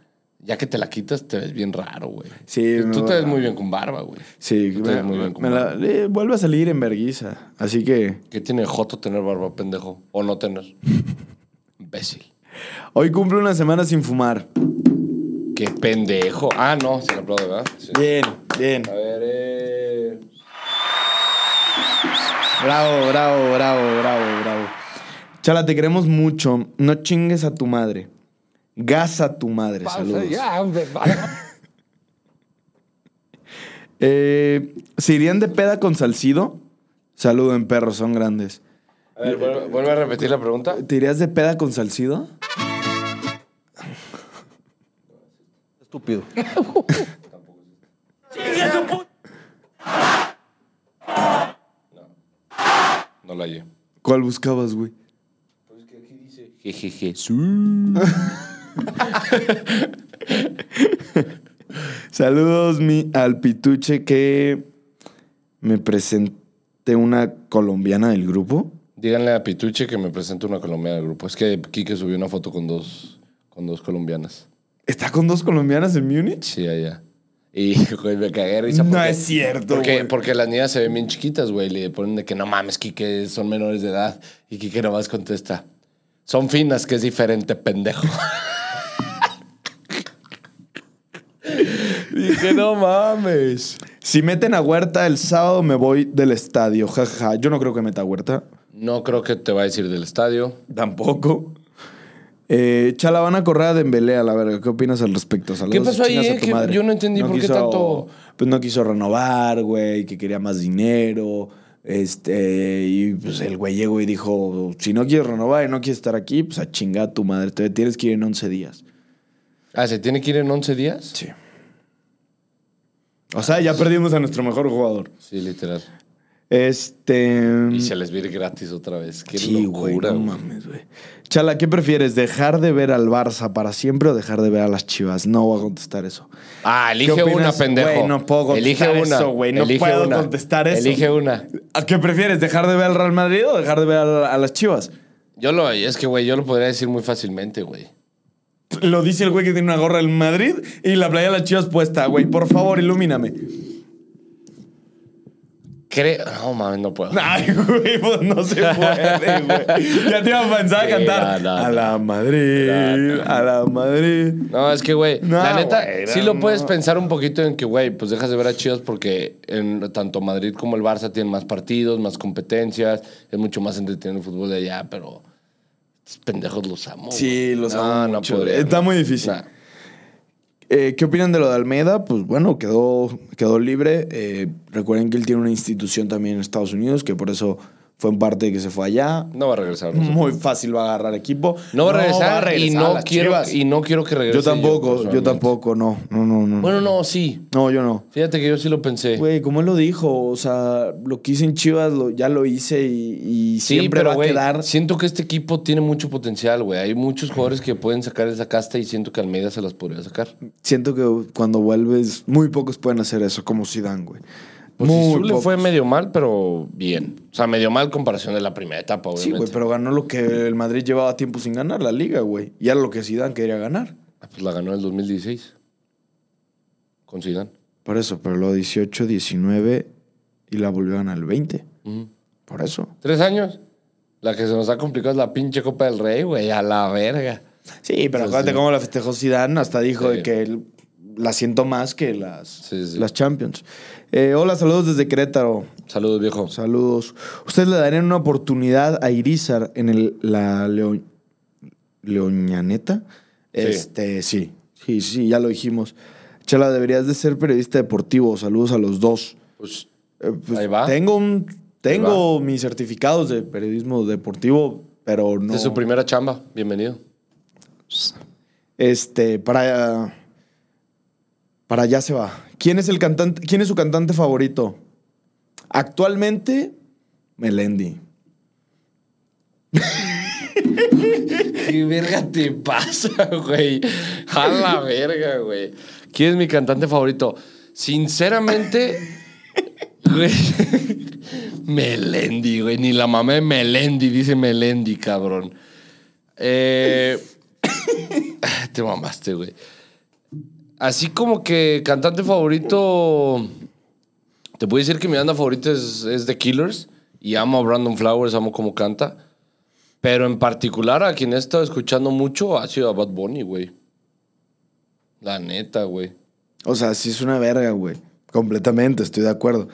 Speaker 2: ya que te la quitas, te ves bien raro, güey.
Speaker 1: Sí,
Speaker 2: Y
Speaker 1: me
Speaker 2: Tú te
Speaker 1: voy
Speaker 2: ves
Speaker 1: a-
Speaker 2: muy bien con barba, güey.
Speaker 1: Sí,
Speaker 2: Tú te
Speaker 1: me,
Speaker 2: ves muy bien con
Speaker 1: me la- eh, vuelve a salir en verguiza. Así que
Speaker 2: ¿Qué tiene Joto tener barba, pendejo? O no tener. Imbécil.
Speaker 1: hoy cumple una semana sin fumar.
Speaker 2: Qué pendejo. Ah, no, se le aplaude, ¿verdad? Sí.
Speaker 1: Bien, bien.
Speaker 2: A ver, eh.
Speaker 1: Bravo, bravo, bravo, bravo, bravo. Chala, te queremos mucho. No chingues a tu madre. Gasa a tu madre. Saludos.
Speaker 2: Ya, hombre, barba.
Speaker 1: Eh, ¿Se irían de peda con Salcido? Saluden, perros, son grandes.
Speaker 2: A ver, vuelve, vuelve a repetir la pregunta.
Speaker 1: ¿Te irías de peda con Salcido?
Speaker 3: Estúpido.
Speaker 2: No la hallé.
Speaker 1: ¿Cuál buscabas, güey?
Speaker 2: Jejeje.
Speaker 1: Saludos mi, al pituche que me presenté una colombiana del grupo.
Speaker 2: Díganle a Pituche que me presente una colombiana del grupo. Es que Quique subió una foto con dos, con dos colombianas.
Speaker 1: ¿Está con dos colombianas en Múnich?
Speaker 2: Sí, allá. Y güey, me cagué de risa.
Speaker 1: No
Speaker 2: porque-
Speaker 1: es cierto,
Speaker 2: Porque,
Speaker 1: güey.
Speaker 2: porque las niñas se ven bien chiquitas, güey. Le ponen de que no mames, Quique, son menores de edad. Y Quique nomás contesta. Son finas, que es diferente, pendejo. Dije, no mames.
Speaker 1: Si meten a Huerta el sábado me voy del estadio, jaja. Yo no creo que meta a Huerta.
Speaker 2: No creo que te va a decir del estadio.
Speaker 1: Tampoco. Eh, Chalavana Correa de Embelé, a la verga. ¿Qué opinas al respecto? Saludos,
Speaker 2: ¿Qué pasó ahí,
Speaker 1: chingas a
Speaker 2: eh?
Speaker 1: tu
Speaker 2: Que
Speaker 1: madre.
Speaker 2: yo no entendí por qué tanto-
Speaker 1: Pues no quiso renovar, güey, que quería más dinero. Este, y pues el güey llegó y dijo: Si no quieres renovar y no quieres estar aquí, pues a chingar a tu madre. Te tienes que ir en 11 días.
Speaker 2: Ah, ¿se tiene que ir en 11 días?
Speaker 1: Sí. O sea, ya perdimos a nuestro mejor jugador.
Speaker 2: Sí, literal.
Speaker 1: Este.
Speaker 2: Y se les viene gratis otra vez. Qué
Speaker 1: Sí, güey,
Speaker 2: locura,
Speaker 1: no
Speaker 2: güey.
Speaker 1: mames, güey. Chala, ¿qué prefieres? ¿Dejar de ver al Barça para siempre o dejar de ver a las Chivas? No voy a contestar eso.
Speaker 2: Ah,
Speaker 1: ¿Qué
Speaker 2: elige
Speaker 1: opinas?
Speaker 2: una, pendejo.
Speaker 1: Güey, no puedo contestar eso, güey. No
Speaker 2: Elige
Speaker 1: puedo
Speaker 2: una.
Speaker 1: contestar eso.
Speaker 2: Elige una.
Speaker 1: ¿A qué prefieres? ¿Dejar de ver al Real Madrid o dejar de ver a, a las Chivas?
Speaker 2: Yo lo, es que, güey, yo lo podría decir muy fácilmente, güey.
Speaker 1: Lo dice el güey que tiene una gorra del Madrid y la playa de las Chivas puesta, güey. Por favor, ilumíname.
Speaker 2: Creo. No mames, no puedo.
Speaker 1: Ay, güey, pues no se puede, güey. Ya te iba a pensar a
Speaker 2: Sí,
Speaker 1: cantar.
Speaker 2: no, no,
Speaker 1: a
Speaker 2: no.
Speaker 1: la Madrid, a la Madrid.
Speaker 2: No, es que, güey,
Speaker 1: No,
Speaker 2: la neta,
Speaker 1: güey,
Speaker 2: sí
Speaker 1: no,
Speaker 2: lo puedes
Speaker 1: no.
Speaker 2: pensar un poquito en que, güey, pues dejas de ver a Chivas porque en, tanto Madrid como el Barça tienen más partidos, más competencias, es mucho más entretenido el fútbol de allá, pero estos pendejos los amo.
Speaker 1: Sí,
Speaker 2: güey.
Speaker 1: los
Speaker 2: No,
Speaker 1: amo
Speaker 2: No
Speaker 1: mucho,
Speaker 2: podría,
Speaker 1: güey. Está
Speaker 2: no.
Speaker 1: muy difícil.
Speaker 2: No.
Speaker 1: Eh, ¿Qué opinan de lo de Almeida? Pues bueno, quedó, quedó libre. Eh, recuerden que él tiene una institución también en Estados Unidos, que por eso fue en parte que se fue allá.
Speaker 2: No va a regresar. No, sé.
Speaker 1: Muy fácil va a agarrar equipo.
Speaker 2: No va a regresar,
Speaker 1: va a
Speaker 2: y,
Speaker 1: regresar a
Speaker 2: no
Speaker 1: las
Speaker 2: quiero,
Speaker 1: Chivas.
Speaker 2: y no quiero que regrese.
Speaker 1: yo tampoco, yo,
Speaker 2: personalmente.
Speaker 1: tampoco, no. No, no, no.
Speaker 2: Bueno, no, sí.
Speaker 1: No, yo no.
Speaker 2: Fíjate que yo sí lo pensé.
Speaker 1: Güey, como él lo dijo, o sea, lo que hice en Chivas lo- ya lo hice y, y
Speaker 2: Sí,
Speaker 1: siempre
Speaker 2: pero,
Speaker 1: va
Speaker 2: güey,
Speaker 1: a quedar.
Speaker 2: Siento que este equipo tiene mucho potencial, güey. Hay muchos jugadores que pueden sacar esa casta y siento que Almeida se las podría sacar.
Speaker 1: Siento que cuando vuelves, muy pocos pueden hacer eso, como Zidane, güey.
Speaker 2: Pues
Speaker 1: muy
Speaker 2: Zizou le
Speaker 1: pocos.
Speaker 2: fue medio mal, pero bien. O sea, medio mal en comparación de la primera etapa,
Speaker 1: Sí,
Speaker 2: obviamente.
Speaker 1: güey, pero ganó lo que el Madrid llevaba tiempo sin ganar, la liga, güey. Y era lo que Zidane quería ganar.
Speaker 2: Ah, Pues la ganó en el 2016. Con Zidane.
Speaker 1: Por eso, pero lo 18, 19 y la volvió a ganar el 20.
Speaker 2: Ujú.
Speaker 1: Por eso.
Speaker 2: ¿Tres años? La que se nos ha complicado es la pinche Copa del Rey, güey. A la verga.
Speaker 1: Sí, pero
Speaker 2: Pues
Speaker 1: acuérdate
Speaker 2: sí.
Speaker 1: cómo la festejó Zidane, hasta dijo
Speaker 2: Sí.
Speaker 1: de que él la siento más que las,
Speaker 2: Sí, sí.
Speaker 1: las Champions. Eh, hola, saludos desde Querétaro.
Speaker 2: Saludos, viejo.
Speaker 1: Saludos. ¿Ustedes le darían una oportunidad a Irizar en el, la Leo- Leoñaneta?
Speaker 2: Sí.
Speaker 1: Este, sí. Sí, sí, ya lo dijimos. Chala, deberías de ser periodista deportivo. Saludos a los dos.
Speaker 2: Pues,
Speaker 1: Eh, pues,
Speaker 2: Ahí va.
Speaker 1: Tengo un,
Speaker 2: Ahí
Speaker 1: tengo mis certificados de periodismo deportivo, pero no.
Speaker 2: esta es su primera chamba. Bienvenido.
Speaker 1: Este, para. Para allá se va. ¿Quién es el cantante? ¿Quién es su cantante favorito? Actualmente, Melendi.
Speaker 2: ¿Qué verga te pasa, güey? A la verga, güey. ¿Quién es mi cantante favorito? Sinceramente, güey. Melendi, güey. Ni la mamá de Melendi dice Melendi, cabrón. Eh, te mamaste, güey. Así como que cantante favorito. Te puedo decir que mi banda favorita es, es The Killers. Y amo a Brandon Flowers, amo cómo canta. Pero en particular a quien he estado escuchando mucho ha sido a Bad Bunny, güey. La neta, güey.
Speaker 1: O sea, sí es una verga, güey. Completamente, estoy de acuerdo.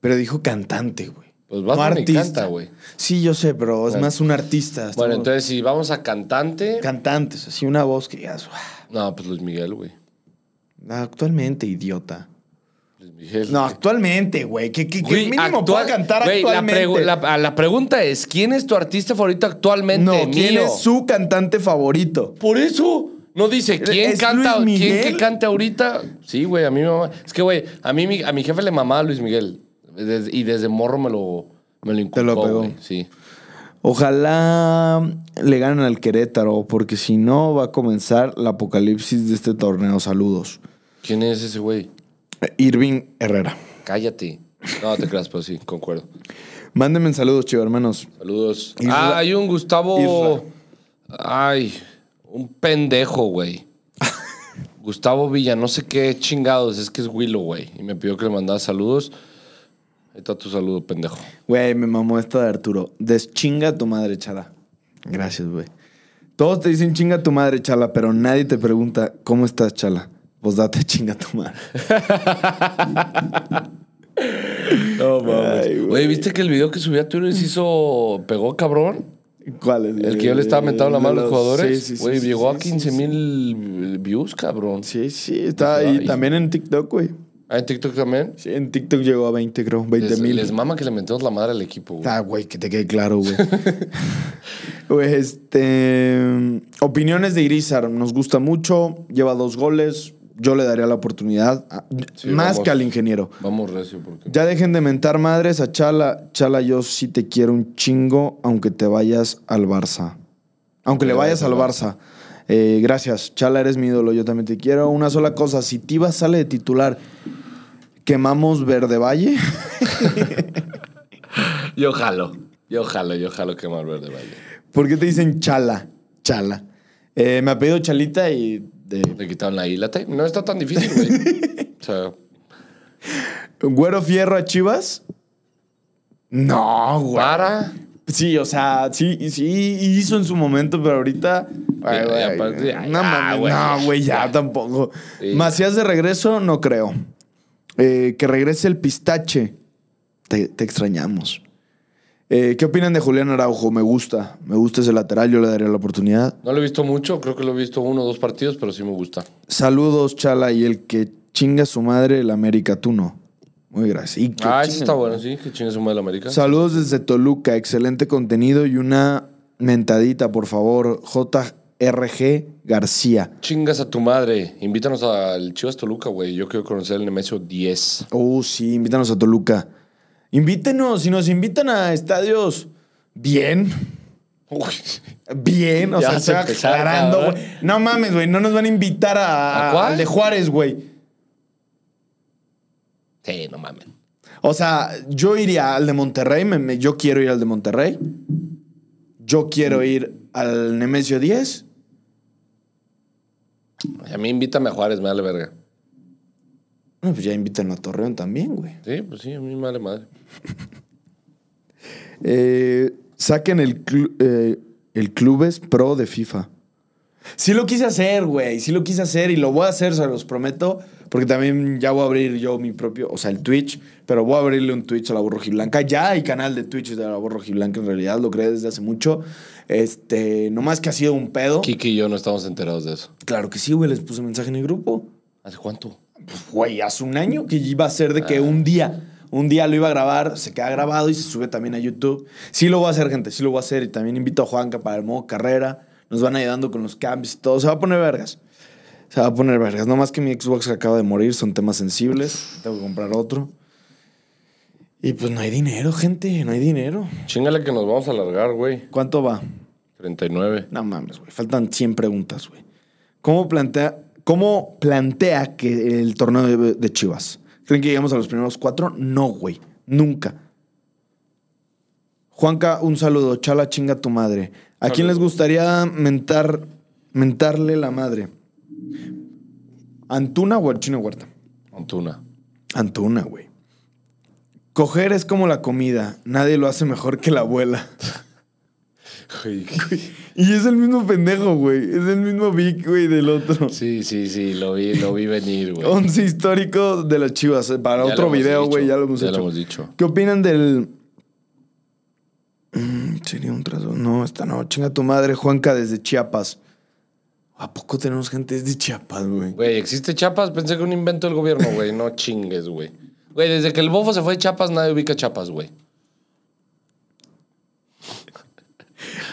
Speaker 1: Pero dijo cantante, güey.
Speaker 2: Pues Bad Bunny canta, güey.
Speaker 1: Sí, yo sé, pero es
Speaker 2: Bueno.
Speaker 1: más un artista.
Speaker 2: Bueno,
Speaker 1: estamos-
Speaker 2: entonces si vamos a cantante.
Speaker 1: Cantantes, así una voz que digas,
Speaker 2: no, pues Luis Miguel, güey.
Speaker 1: "Ah, actualmente, idiota.
Speaker 2: Luis Miguel.
Speaker 1: No, actualmente, güey. Que, que, que
Speaker 2: Güey,
Speaker 1: mínimo pueda
Speaker 2: actual-
Speaker 1: cantar
Speaker 2: güey, la
Speaker 1: actualmente.
Speaker 2: pregu- la, a la pregunta es: ¿quién es tu artista favorito actualmente?
Speaker 1: no, ¿quién
Speaker 2: mío?
Speaker 1: es su cantante favorito?
Speaker 2: Por eso. No dice quién
Speaker 1: ¿Es
Speaker 2: canta,
Speaker 1: Luis
Speaker 2: quién
Speaker 1: Miguel?
Speaker 2: que canta ahorita. Sí, güey, a mí me mamá. Es que, güey, a mí mi- a mi jefe le mamaba Luis Miguel. Desde- y desde morro me lo, me lo inculcó.
Speaker 1: lo pegó.
Speaker 2: güey, sí.
Speaker 1: Ojalá le ganen al Querétaro, porque si no va a comenzar la apocalipsis de este torneo. Saludos.
Speaker 2: ¿Quién es ese güey?
Speaker 1: Eh, Irving Herrera.
Speaker 2: Cállate. No te creas, pero sí, concuerdo.
Speaker 1: Mándenme saludos, chivo hermanos.
Speaker 2: Saludos.
Speaker 1: Isra-
Speaker 2: Ah, hay un Gustavo.
Speaker 1: Isra.
Speaker 2: Ay, un pendejo, güey. Gustavo Villa, no sé qué chingados, es que es Willow, güey. Y me pidió que le mandara saludos. Ahí está tu saludo, pendejo.
Speaker 1: Güey, me mamó esta de Arturo. Deschinga tu madre, chala. Gracias, güey. Todos te dicen chinga tu madre, chala, pero nadie te pregunta cómo estás, chala. Pues date chinga tu madre.
Speaker 2: No
Speaker 1: mames.
Speaker 2: Güey, ¿viste que el video que subí a Twitter se hizo. pegó cabrón?
Speaker 1: ¿Cuál es?
Speaker 2: El que yo le estaba metiendo la mano a los jugadores.
Speaker 1: Eh, Sí, sí, sí,
Speaker 2: Güey,
Speaker 1: sí,
Speaker 2: llegó
Speaker 1: sí,
Speaker 2: a
Speaker 1: sí,
Speaker 2: 15 mil views, cabrón.
Speaker 1: Sí, sí, está ahí
Speaker 2: Ay.
Speaker 1: también en TikTok, güey.
Speaker 2: Ah, en TikTok también.
Speaker 1: Sí, en TikTok llegó a 20, creo. 20
Speaker 2: Les,
Speaker 1: mil.
Speaker 2: les mama que le metemos la madre al equipo, güey.
Speaker 1: Ah, güey, que te quede claro, güey. Pues, este. Opiniones de Irizar. Nos gusta mucho. Lleva dos goles. Yo le daría la oportunidad. a-
Speaker 2: Sí,
Speaker 1: más
Speaker 2: vamos.
Speaker 1: que al ingeniero.
Speaker 2: Vamos recio, porque.
Speaker 1: Ya dejen de mentar madres a Chala. Chala, yo sí te quiero un chingo, aunque te vayas al Barça. Aunque le vayas al Barça. Eh, gracias. Chala, eres mi ídolo. Yo también te quiero. Una sola cosa. Si Tivas sale de titular, quemamos Verde Valle.
Speaker 2: Yo jalo. Yo jalo, yo jalo que Verde Valle.
Speaker 1: ¿Por qué te dicen Chala? Chala. Eh, me ha pedido Chalita y... de-
Speaker 2: Le quitaron la hilata. y No está tan difícil, güey. O sea,
Speaker 1: ¿Güero Fierro a Chivas? No, güey.
Speaker 2: para.
Speaker 1: Sí, o sea, sí, sí hizo en su momento, pero ahorita... Ay,
Speaker 2: Ya,
Speaker 1: güey,
Speaker 2: ya, aparte, ya,
Speaker 1: no,
Speaker 2: ya,
Speaker 1: mames,
Speaker 2: güey,
Speaker 1: no,
Speaker 2: ya,
Speaker 1: güey, ya,
Speaker 2: ya.
Speaker 1: tampoco.
Speaker 2: Sí.
Speaker 1: Macías de regreso, no creo. Eh, que regrese el pistache. Te, te extrañamos. Eh, ¿Qué opinan de Julián Araujo? Me gusta. Me gusta ese lateral, yo le daría la oportunidad.
Speaker 2: No lo he visto mucho. Creo que lo he visto uno o dos partidos, pero sí me gusta.
Speaker 1: Saludos, Chala, y el que chinga su madre, el América, tú no. Muy gracias. Y que
Speaker 2: Ah,
Speaker 1: chinga-
Speaker 2: ese está bueno, sí. Que chingue su madre la América.
Speaker 1: Saludos desde Toluca, excelente contenido y una mentadita, por favor. JRG García.
Speaker 2: Chingas a tu madre. Invítanos al Chivas Toluca, güey. Yo quiero conocer el Nemesio 10.
Speaker 1: Oh, sí, invítanos a Toluca. Invítenos, si nos invitan a estadios, bien.
Speaker 2: Uy.
Speaker 1: Bien, o
Speaker 2: Ya
Speaker 1: sea,
Speaker 2: vas
Speaker 1: se
Speaker 2: a
Speaker 1: va
Speaker 2: empezar,
Speaker 1: aclarando,
Speaker 2: cabrón.
Speaker 1: güey. No mames, güey, no nos van a invitar a,
Speaker 2: ¿A cuál?
Speaker 1: al de Juárez, güey.
Speaker 2: Sí, no mames.
Speaker 1: O sea, yo iría al de Monterrey, me- me- yo quiero ir al de Monterrey. Yo quiero ir al Nemesio 10.
Speaker 2: A mí invítame a Juárez, me vale verga.
Speaker 1: No, pues ya invitan a Torreón también, güey.
Speaker 2: Sí, pues sí, a mí me vale madre.
Speaker 1: Eh, saquen el, clu- eh, el Clubes Pro de FIFA. Sí lo quise hacer, güey. Sí lo quise hacer y lo voy a hacer, se los prometo. Porque también ya voy a abrir yo mi propio, o sea, el Twitch. Pero voy a abrirle un Twitch a la voz rojiblanca. Ya hay canal de Twitch de la voz rojiblanca, en realidad. Lo creé desde hace mucho. Este, nomás que ha sido un pedo.
Speaker 2: Kiki y yo no estamos enterados de eso.
Speaker 1: Claro que sí, güey. Les puse mensaje en el grupo.
Speaker 2: ¿Hace cuánto?
Speaker 1: Pues, güey, hace un año que iba a ser de que un día, un día lo iba a grabar, se queda grabado y se sube también a YouTube. Sí lo voy a hacer, gente, sí lo voy a hacer. Y también invito a Juanca para el modo carrera. Nos van ayudando con los cambios y todo. Se va a poner vergas. Se va a poner vergas. No más que mi Xbox acaba de morir, son temas sensibles. Tengo que comprar otro. Y pues no hay dinero, gente, no hay dinero.
Speaker 2: Chingale que nos vamos a alargar, güey.
Speaker 1: ¿Cuánto va?
Speaker 2: 39.
Speaker 1: No mames, güey. Faltan 100 preguntas, güey. ¿Cómo plantea, ¿Cómo plantea que el torneo de, de Chivas? ¿Creen que llegamos a los primeros cuatro? No, güey. Nunca. Juanca, un saludo. Chala, chinga tu madre. ¿A quién les gustaría mentar, mentarle la madre? ¿Antuna o el chino Huerta?
Speaker 2: Antuna.
Speaker 1: Antuna, güey. Coger es como la comida. Nadie lo hace mejor que la abuela. Y es el mismo pendejo, güey. Es el mismo Vic, güey, del otro.
Speaker 2: Sí, sí, sí, lo vi, lo vi venir, güey.
Speaker 1: Once histórico de las chivas. eh, Para
Speaker 2: Ya
Speaker 1: otro
Speaker 2: lo hemos
Speaker 1: video,
Speaker 2: dicho,
Speaker 1: güey, ya lo hemos
Speaker 2: ya lo
Speaker 1: hecho.
Speaker 2: hemos dicho.
Speaker 1: ¿Qué opinan del. Mm, Sería un trazo. No, esta no. Chinga tu madre, Juanca, desde Chiapas. ¿A poco tenemos gente desde Chiapas, güey?
Speaker 2: Güey, ¿existe Chiapas? Pensé que un invento del gobierno, güey. No chingues, güey. Güey, desde que el bofo se fue de Chiapas, nadie ubica Chiapas, güey.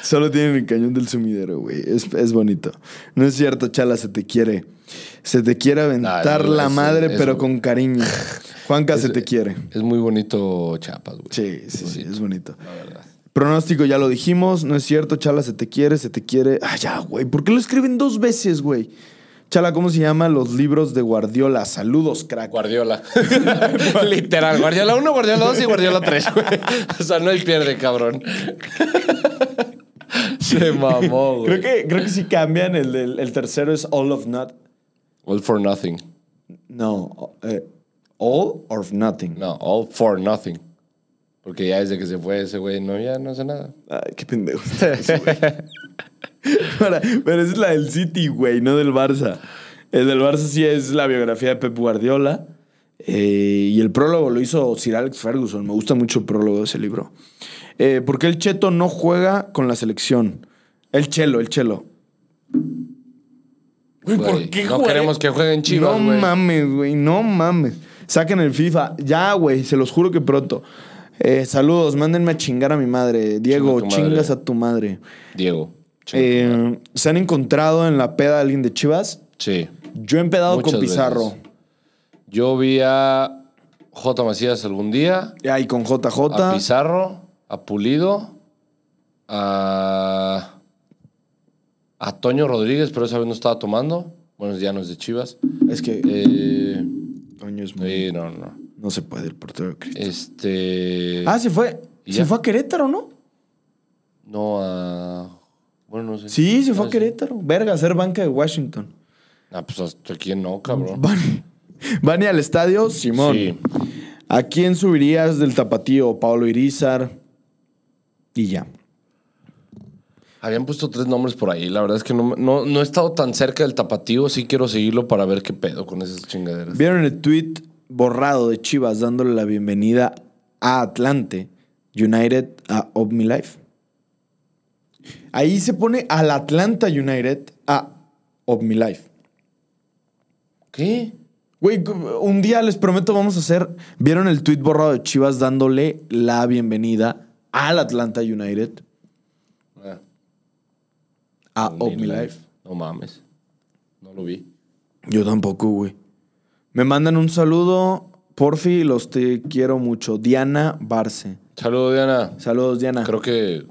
Speaker 1: Solo tienen el cañón del sumidero, güey. Es, es bonito. No es cierto, chala, se te quiere. Se te quiere aventar
Speaker 2: Ah, no,
Speaker 1: la
Speaker 2: es-
Speaker 1: madre,
Speaker 2: es-
Speaker 1: pero con cariño. Juanca, se
Speaker 2: Es-
Speaker 1: te quiere.
Speaker 2: Es muy bonito Chiapas, güey.
Speaker 1: Sí, sí, sí, es bonito.
Speaker 2: La verdad.
Speaker 1: Pronóstico ya lo dijimos, no es cierto, Chala, se te quiere, se te quiere. Ah, ya, güey, ¿por qué lo escriben dos veces, güey? Chala, ¿cómo se llama? Los libros de Guardiola. Saludos, crack.
Speaker 2: Guardiola. Literal, Guardiola 1, Guardiola 2 y Guardiola 3, güey. O sea, no hay pierde, cabrón. Se mamó, güey.
Speaker 1: creo, que, creo que sí cambian, el, del- el tercero es All of Not.
Speaker 2: All for nothing.
Speaker 1: No, eh, All or Nothing.
Speaker 2: No, all for nothing. Porque ya desde que se fue ese güey, no, ya no hace nada.
Speaker 1: Ay, qué pendejo. estás, güey. Ahora, pero esa es la del City, güey, no del Barça. El del Barça sí es la biografía de Pep Guardiola. Eh, y el prólogo lo hizo Sir Alex Ferguson. Me gusta mucho el prólogo de ese libro. Eh, ¿Por qué el Cheto no juega con la selección? El Chelo, el Chelo. Güey,
Speaker 2: Güey, no
Speaker 1: juega-
Speaker 2: queremos que jueguen Chivas,
Speaker 1: No
Speaker 2: güey.
Speaker 1: mames, güey, no mames. Saquen el FIFA. Ya, güey, se los juro que pronto. Eh, saludos, mándenme a chingar a mi madre. Diego,
Speaker 2: tu madre.
Speaker 1: chingas a tu madre.
Speaker 2: Diego.
Speaker 1: Eh, ¿Se han encontrado en la peda alguien de Chivas?
Speaker 2: Sí.
Speaker 1: Yo he empedado
Speaker 2: Muchas
Speaker 1: con Pizarro.
Speaker 2: veces. Yo vi a J. Macías algún día,
Speaker 1: Ya, y con JJ.
Speaker 2: a Pizarro, a Pulido, a, a Toño Rodríguez, pero esa vez no estaba tomando. Bueno, ya no es de Chivas.
Speaker 1: Es que
Speaker 2: Eh,
Speaker 1: Toño es muy-
Speaker 2: sí, no, no.
Speaker 1: No se puede el portero de Cristo.
Speaker 2: Este.
Speaker 1: ah, se fue.
Speaker 2: y
Speaker 1: Se
Speaker 2: ya.
Speaker 1: fue a Querétaro, ¿no?
Speaker 2: No, a. Bueno, no sé.
Speaker 1: Sí, se fue
Speaker 2: No,
Speaker 1: a Querétaro. Verga, ser banca de Washington.
Speaker 2: Ah, pues hasta aquí no, cabrón.
Speaker 1: Van, van y al estadio, Simón.
Speaker 2: Sí.
Speaker 1: ¿A quién subirías del tapatío? Pablo Irizar. Y ya.
Speaker 2: Habían puesto tres nombres por ahí. La verdad es que no, me- no, no he estado tan cerca del tapatío. Sí quiero seguirlo para ver qué pedo con esas chingaderas.
Speaker 1: Vieron el tweet borrado de Chivas dándole la bienvenida a Atlante United a Of My Life. Ahí se pone al Atlanta United a Of My Life.
Speaker 2: ¿Qué?
Speaker 1: Güey, un día les prometo vamos a hacer. ¿Vieron el tweet borrado de Chivas dándole la bienvenida al Atlanta United
Speaker 2: Ah,
Speaker 1: a Of
Speaker 2: Omni
Speaker 1: My
Speaker 2: Life.
Speaker 1: Life?
Speaker 2: No mames. No lo vi.
Speaker 1: Yo tampoco, güey. Me mandan un saludo, porfi, los te quiero mucho. Diana Barce.
Speaker 2: Saludos, Diana.
Speaker 1: Saludos, Diana.
Speaker 2: Creo que.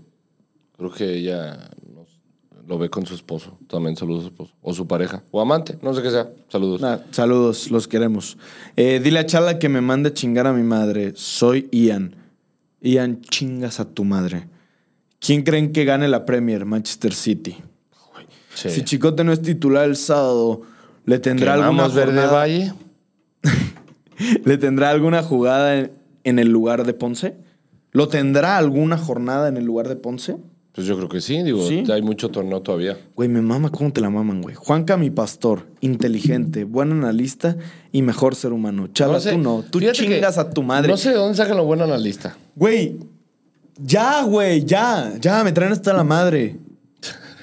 Speaker 2: Creo que ella nos- lo ve con su esposo. También saludos a su esposo. O su pareja. O amante. No sé qué sea. Saludos.
Speaker 1: Nah, Ah, saludos, los queremos. Eh, dile a Chala que me mande a chingar a mi madre. Soy Ian. Ian, chingas a tu madre. ¿Quién creen que gane la Premier? Manchester City.
Speaker 2: Sí.
Speaker 1: Si Chicote no es titular el sábado, ¿le tendrá, alguna
Speaker 2: ¿Quemamos Verde
Speaker 1: jornada-
Speaker 2: Valle?
Speaker 1: ¿le tendrá alguna jugada en, en el lugar de Ponce? ¿Lo tendrá alguna jornada en el lugar de Ponce?
Speaker 2: Pues yo creo que sí. Digo,
Speaker 1: Sí.
Speaker 2: hay mucho torneo todavía.
Speaker 1: Güey, me mama cómo te la maman, güey. Juanca, mi pastor, inteligente, buen analista y mejor ser humano. Chala,
Speaker 2: sé.
Speaker 1: tú no. Tú
Speaker 2: Fíjate que
Speaker 1: chingas a tu madre.
Speaker 2: No sé de dónde sacan lo bueno analista.
Speaker 1: Güey, ya, güey, ya, ya, me traen hasta la madre.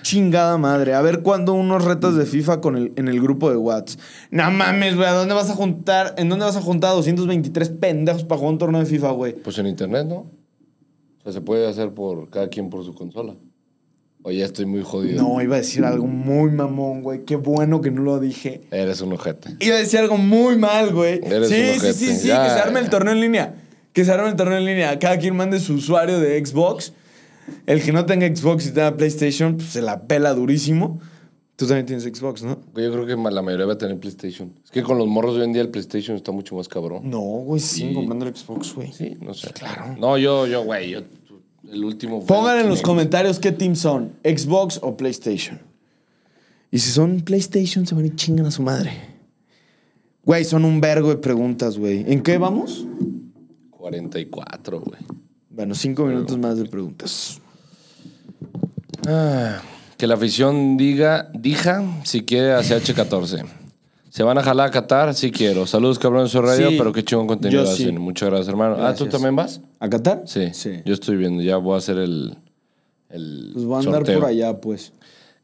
Speaker 1: Chingada madre. A ver cuándo unos retas de FIFA con el, en el grupo de Whats. No mames, güey, ¿a dónde vas a juntar? ¿En dónde vas a juntar 223 pendejos para jugar un torneo de FIFA, güey?
Speaker 2: Pues en internet, ¿no? O sea, se puede hacer por cada quien por su consola. O ya estoy muy jodido.
Speaker 1: No, iba a decir algo muy mamón, güey. Qué bueno que no lo dije.
Speaker 2: Eres un ojete.
Speaker 1: Iba a decir algo muy mal, güey.
Speaker 2: Eres
Speaker 1: Sí,
Speaker 2: un
Speaker 1: sí,
Speaker 2: ojete.
Speaker 1: sí, sí,
Speaker 2: Ya,
Speaker 1: que se arme
Speaker 2: ya.
Speaker 1: el torneo en línea. Que se arme el torneo en línea. Cada quien mande su usuario de Xbox. El que no tenga Xbox y tenga PlayStation, pues se la pela durísimo. Tú también tienes Xbox, ¿no?
Speaker 2: Yo creo que ma- la mayoría va a tener PlayStation. Es que con los morros de hoy en día el PlayStation está mucho más cabrón.
Speaker 1: No, güey, siguen
Speaker 2: Sí.
Speaker 1: comprando el Xbox, güey.
Speaker 2: Sí, no sé. Claro. No, yo, yo, güey, yo tú- el último. fue
Speaker 1: Pongan
Speaker 2: el
Speaker 1: en los
Speaker 2: Kinect.
Speaker 1: comentarios qué team son, Xbox o PlayStation. Y si son PlayStation, se van y chingan a su madre. Güey, son un vergo de preguntas, güey. ¿En qué vamos?
Speaker 2: 44, güey.
Speaker 1: Bueno, cinco minutos más de preguntas.
Speaker 2: Ah, que la afición diga, dija, si quiere a CH14. Se van a jalar a Qatar, sí quiero. Saludos, cabrones, soy radio,
Speaker 1: Sí,
Speaker 2: pero qué chingón contenido
Speaker 1: yo sí.
Speaker 2: hacen. Muchas gracias, hermano. Ah, ¿tú
Speaker 1: Gracias.
Speaker 2: también vas?
Speaker 1: ¿A Qatar?
Speaker 2: Sí,
Speaker 1: Sí.
Speaker 2: Yo estoy viendo, ya voy a hacer el. el
Speaker 1: Pues va a andar
Speaker 2: sorteo.
Speaker 1: por allá, pues.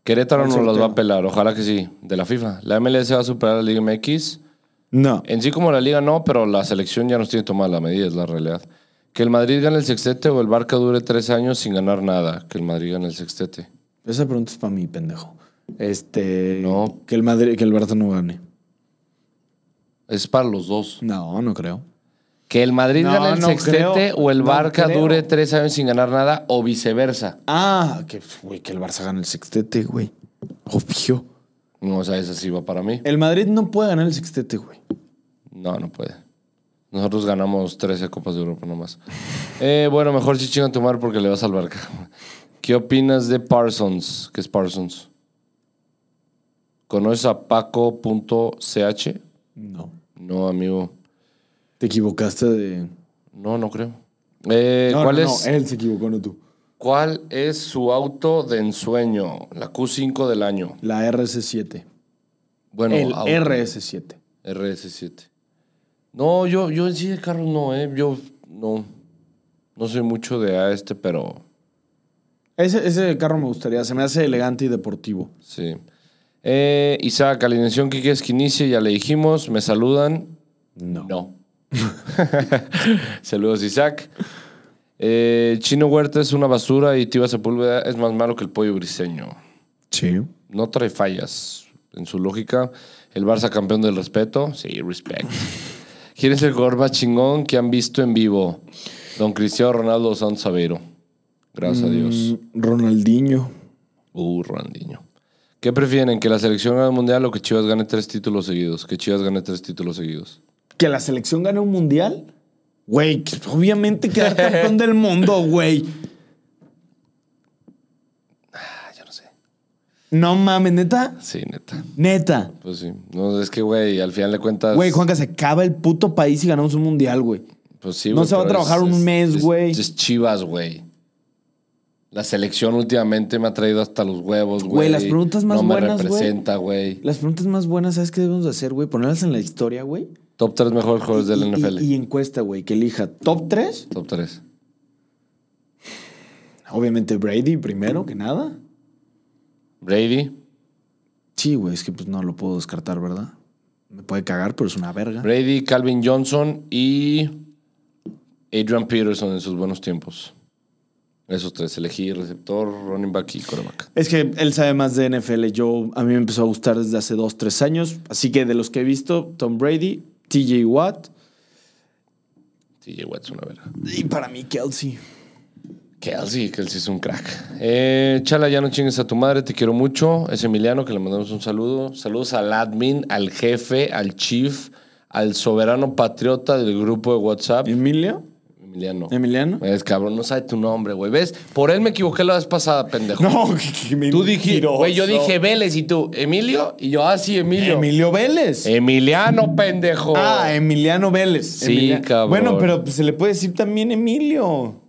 Speaker 2: Querétaro
Speaker 1: El
Speaker 2: nos las va a
Speaker 1: sorteo.
Speaker 2: pelar, ojalá que sí, de la FIFA. La MLS va a superar a la Liga MX.
Speaker 1: No.
Speaker 2: En sí, como la Liga no, pero la selección ya nos tiene tomada la medida, es la realidad. Que el Madrid gane el sextete o el Barca dure tres años sin ganar nada. Que el Madrid gane el sextete.
Speaker 1: Esa pregunta es para mí, pendejo. Este.
Speaker 2: No.
Speaker 1: Que el Madrid, que el Barça no gane.
Speaker 2: Es para los dos.
Speaker 1: No, no creo.
Speaker 2: Que el Madrid
Speaker 1: No,
Speaker 2: gane el
Speaker 1: no
Speaker 2: sextete
Speaker 1: creo.
Speaker 2: o el
Speaker 1: No
Speaker 2: Barca
Speaker 1: creo.
Speaker 2: dure tres años sin ganar nada o viceversa.
Speaker 1: Ah, que, güey, que el Barça gane el sextete, güey. Obvio.
Speaker 2: No, o sea, esa sí va para mí.
Speaker 1: El Madrid no puede ganar el sextete, güey.
Speaker 2: No, no puede. Nosotros ganamos 13 Copas de Europa nomás. Eh, bueno, mejor si chingan tu madre porque le vas al Barca. ¿Qué opinas de Parsons? ¿Qué es Parsons? ¿Conoces a Paco.ch?
Speaker 1: No.
Speaker 2: No, amigo.
Speaker 1: Te equivocaste de.
Speaker 2: No, no creo. Eh,
Speaker 1: No,
Speaker 2: ¿cuál,
Speaker 1: no,
Speaker 2: es,
Speaker 1: No, él se equivocó, no tú.
Speaker 2: ¿Cuál es su auto de ensueño? La Q5 del año.
Speaker 1: La RS7.
Speaker 2: Bueno,
Speaker 1: el
Speaker 2: auto.
Speaker 1: RS7.
Speaker 2: RS7. No, yo, yo en sí de carros no, ¿eh? Yo no. No soy mucho de a este, pero
Speaker 1: Ese, ese carro me gustaría. Se me hace elegante y deportivo.
Speaker 2: sí. Eh, Isaac, alineación que quieres que inicie, ya le dijimos. Me saludan.
Speaker 1: No.
Speaker 2: No. Saludos, Isaac. Eh, Chino Huerta es una basura y Tiva Sepúlveda es más malo que el pollo briseño.
Speaker 1: Sí.
Speaker 2: No trae fallas en su lógica. El Barça campeón del respeto. Sí, respect. ¿Quién es el jugador más chingón que han visto en vivo? Don Cristiano Ronaldo Santos Aveiro. Gracias a Dios.
Speaker 1: Mm, Ronaldinho.
Speaker 2: Uh, Ronaldinho. ¿Qué prefieren? ¿Que la selección gane el mundial o que Chivas gane tres títulos seguidos? Que Chivas gane tres títulos seguidos.
Speaker 1: ¿Que la selección gane un mundial? Güey, que- obviamente quedar campeón del mundo, güey.
Speaker 2: Ah, yo no sé.
Speaker 1: No mames, neta.
Speaker 2: Sí, neta.
Speaker 1: Neta.
Speaker 2: Pues sí. No, es que, güey, al final le cuentas.
Speaker 1: Güey, Juanca, se acaba el puto país y ganamos un mundial, güey.
Speaker 2: Pues sí,
Speaker 1: No
Speaker 2: güey,
Speaker 1: se va a
Speaker 2: pero
Speaker 1: trabajar un mes,
Speaker 2: es-
Speaker 1: güey.
Speaker 2: Es, Chivas, güey. La selección últimamente me ha traído hasta los huevos, güey.
Speaker 1: Güey, las preguntas más
Speaker 2: no
Speaker 1: buenas,
Speaker 2: me
Speaker 1: güey.
Speaker 2: representa, güey.
Speaker 1: Las preguntas más buenas, ¿sabes qué debemos de hacer, güey? Ponerlas en la historia, güey.
Speaker 2: Top 3 mejores jugadores del
Speaker 1: Y- y-
Speaker 2: NFL.
Speaker 1: Y, encuesta, güey, que elija top 3.
Speaker 2: Top 3.
Speaker 1: Obviamente Brady primero que nada.
Speaker 2: Brady.
Speaker 1: Sí, güey, es que pues no lo puedo descartar, ¿verdad? Me puede cagar, pero es una verga.
Speaker 2: Brady, Calvin Johnson y Adrian Peterson en sus buenos tiempos. Esos tres. Elegí receptor, running back y coreback.
Speaker 1: Es que él sabe más de NFL. Yo, a mí me empezó a gustar desde hace dos, tres años. Así que de los que he visto, Tom Brady, TJ Watt
Speaker 2: TJ Watt es una verga.
Speaker 1: y para mí Kelsey.
Speaker 2: Kelsey, Kelsey es un crack. Eh, Chala, ya no chingues a tu madre, te quiero mucho. Es Emiliano, que le mandamos un saludo. Saludos al admin, al jefe, al chief, al soberano patriota del grupo de WhatsApp.
Speaker 1: ¿Emilio?
Speaker 2: Emiliano.
Speaker 1: ¿Emiliano?
Speaker 2: Es cabrón, no sabe tu nombre, güey. ¿Ves? Por él me equivoqué la vez pasada, pendejo.
Speaker 1: No, que- que me-
Speaker 2: Tú dijiste,
Speaker 1: mentiroso.
Speaker 2: güey, yo dije Vélez y tú, Emilio, y yo, ah, sí, Emilio. Eh,
Speaker 1: Emilio Vélez.
Speaker 2: Emiliano, pendejo.
Speaker 1: Ah, Emiliano Vélez.
Speaker 2: Sí,
Speaker 1: Emilia-
Speaker 2: cabrón.
Speaker 1: Bueno, pero pues, se le puede decir también Emilio.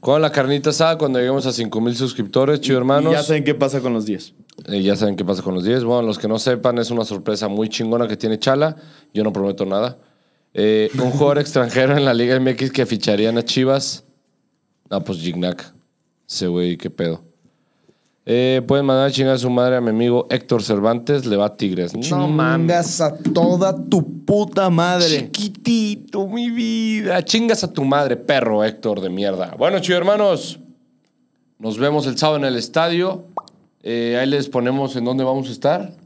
Speaker 2: Con la carnita asada cuando lleguemos a 5000 suscriptores, chido hermanos.
Speaker 1: Y ya saben qué pasa con los 10.
Speaker 2: Eh, ya saben qué pasa con los 10. Bueno, los que no sepan, es una sorpresa muy chingona que tiene Chala. Yo no prometo nada. Eh, un jugador extranjero en la Liga MX que ficharían a Chivas. Ah, pues Gignac. Ese güey, qué pedo. Eh, pueden mandar a chingar a su madre a mi amigo Héctor Cervantes. Le va a Tigres. No mames.
Speaker 1: Chingas a toda tu puta madre.
Speaker 2: Chiquitito, mi vida. Chingas a tu madre, perro Héctor de mierda. Bueno, chido hermanos. Nos vemos el sábado en el estadio. Eh, ahí les ponemos en dónde vamos a estar.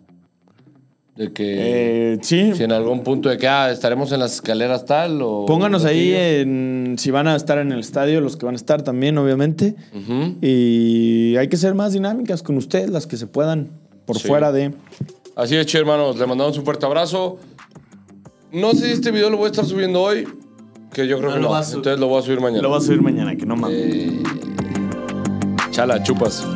Speaker 2: De que
Speaker 1: Eh, sí.
Speaker 2: si en algún punto de que ah, estaremos en las escaleras tal o.
Speaker 1: Pónganos ahí
Speaker 2: Ujú.
Speaker 1: en- si van a estar en el estadio, los que van a estar también, obviamente. Y hay que ser más dinámicas con ustedes, las que se puedan, por
Speaker 2: Sí.
Speaker 1: fuera de...
Speaker 2: Así es, che, hermanos. Le mandamos un fuerte abrazo. No sé si este video lo voy a estar subiendo hoy. Que yo creo
Speaker 1: No
Speaker 2: que
Speaker 1: lo
Speaker 2: no.
Speaker 1: vas a sub-
Speaker 2: Entonces lo voy a subir mañana.
Speaker 1: a subir mañana, que no mames.
Speaker 2: Chala, chupas.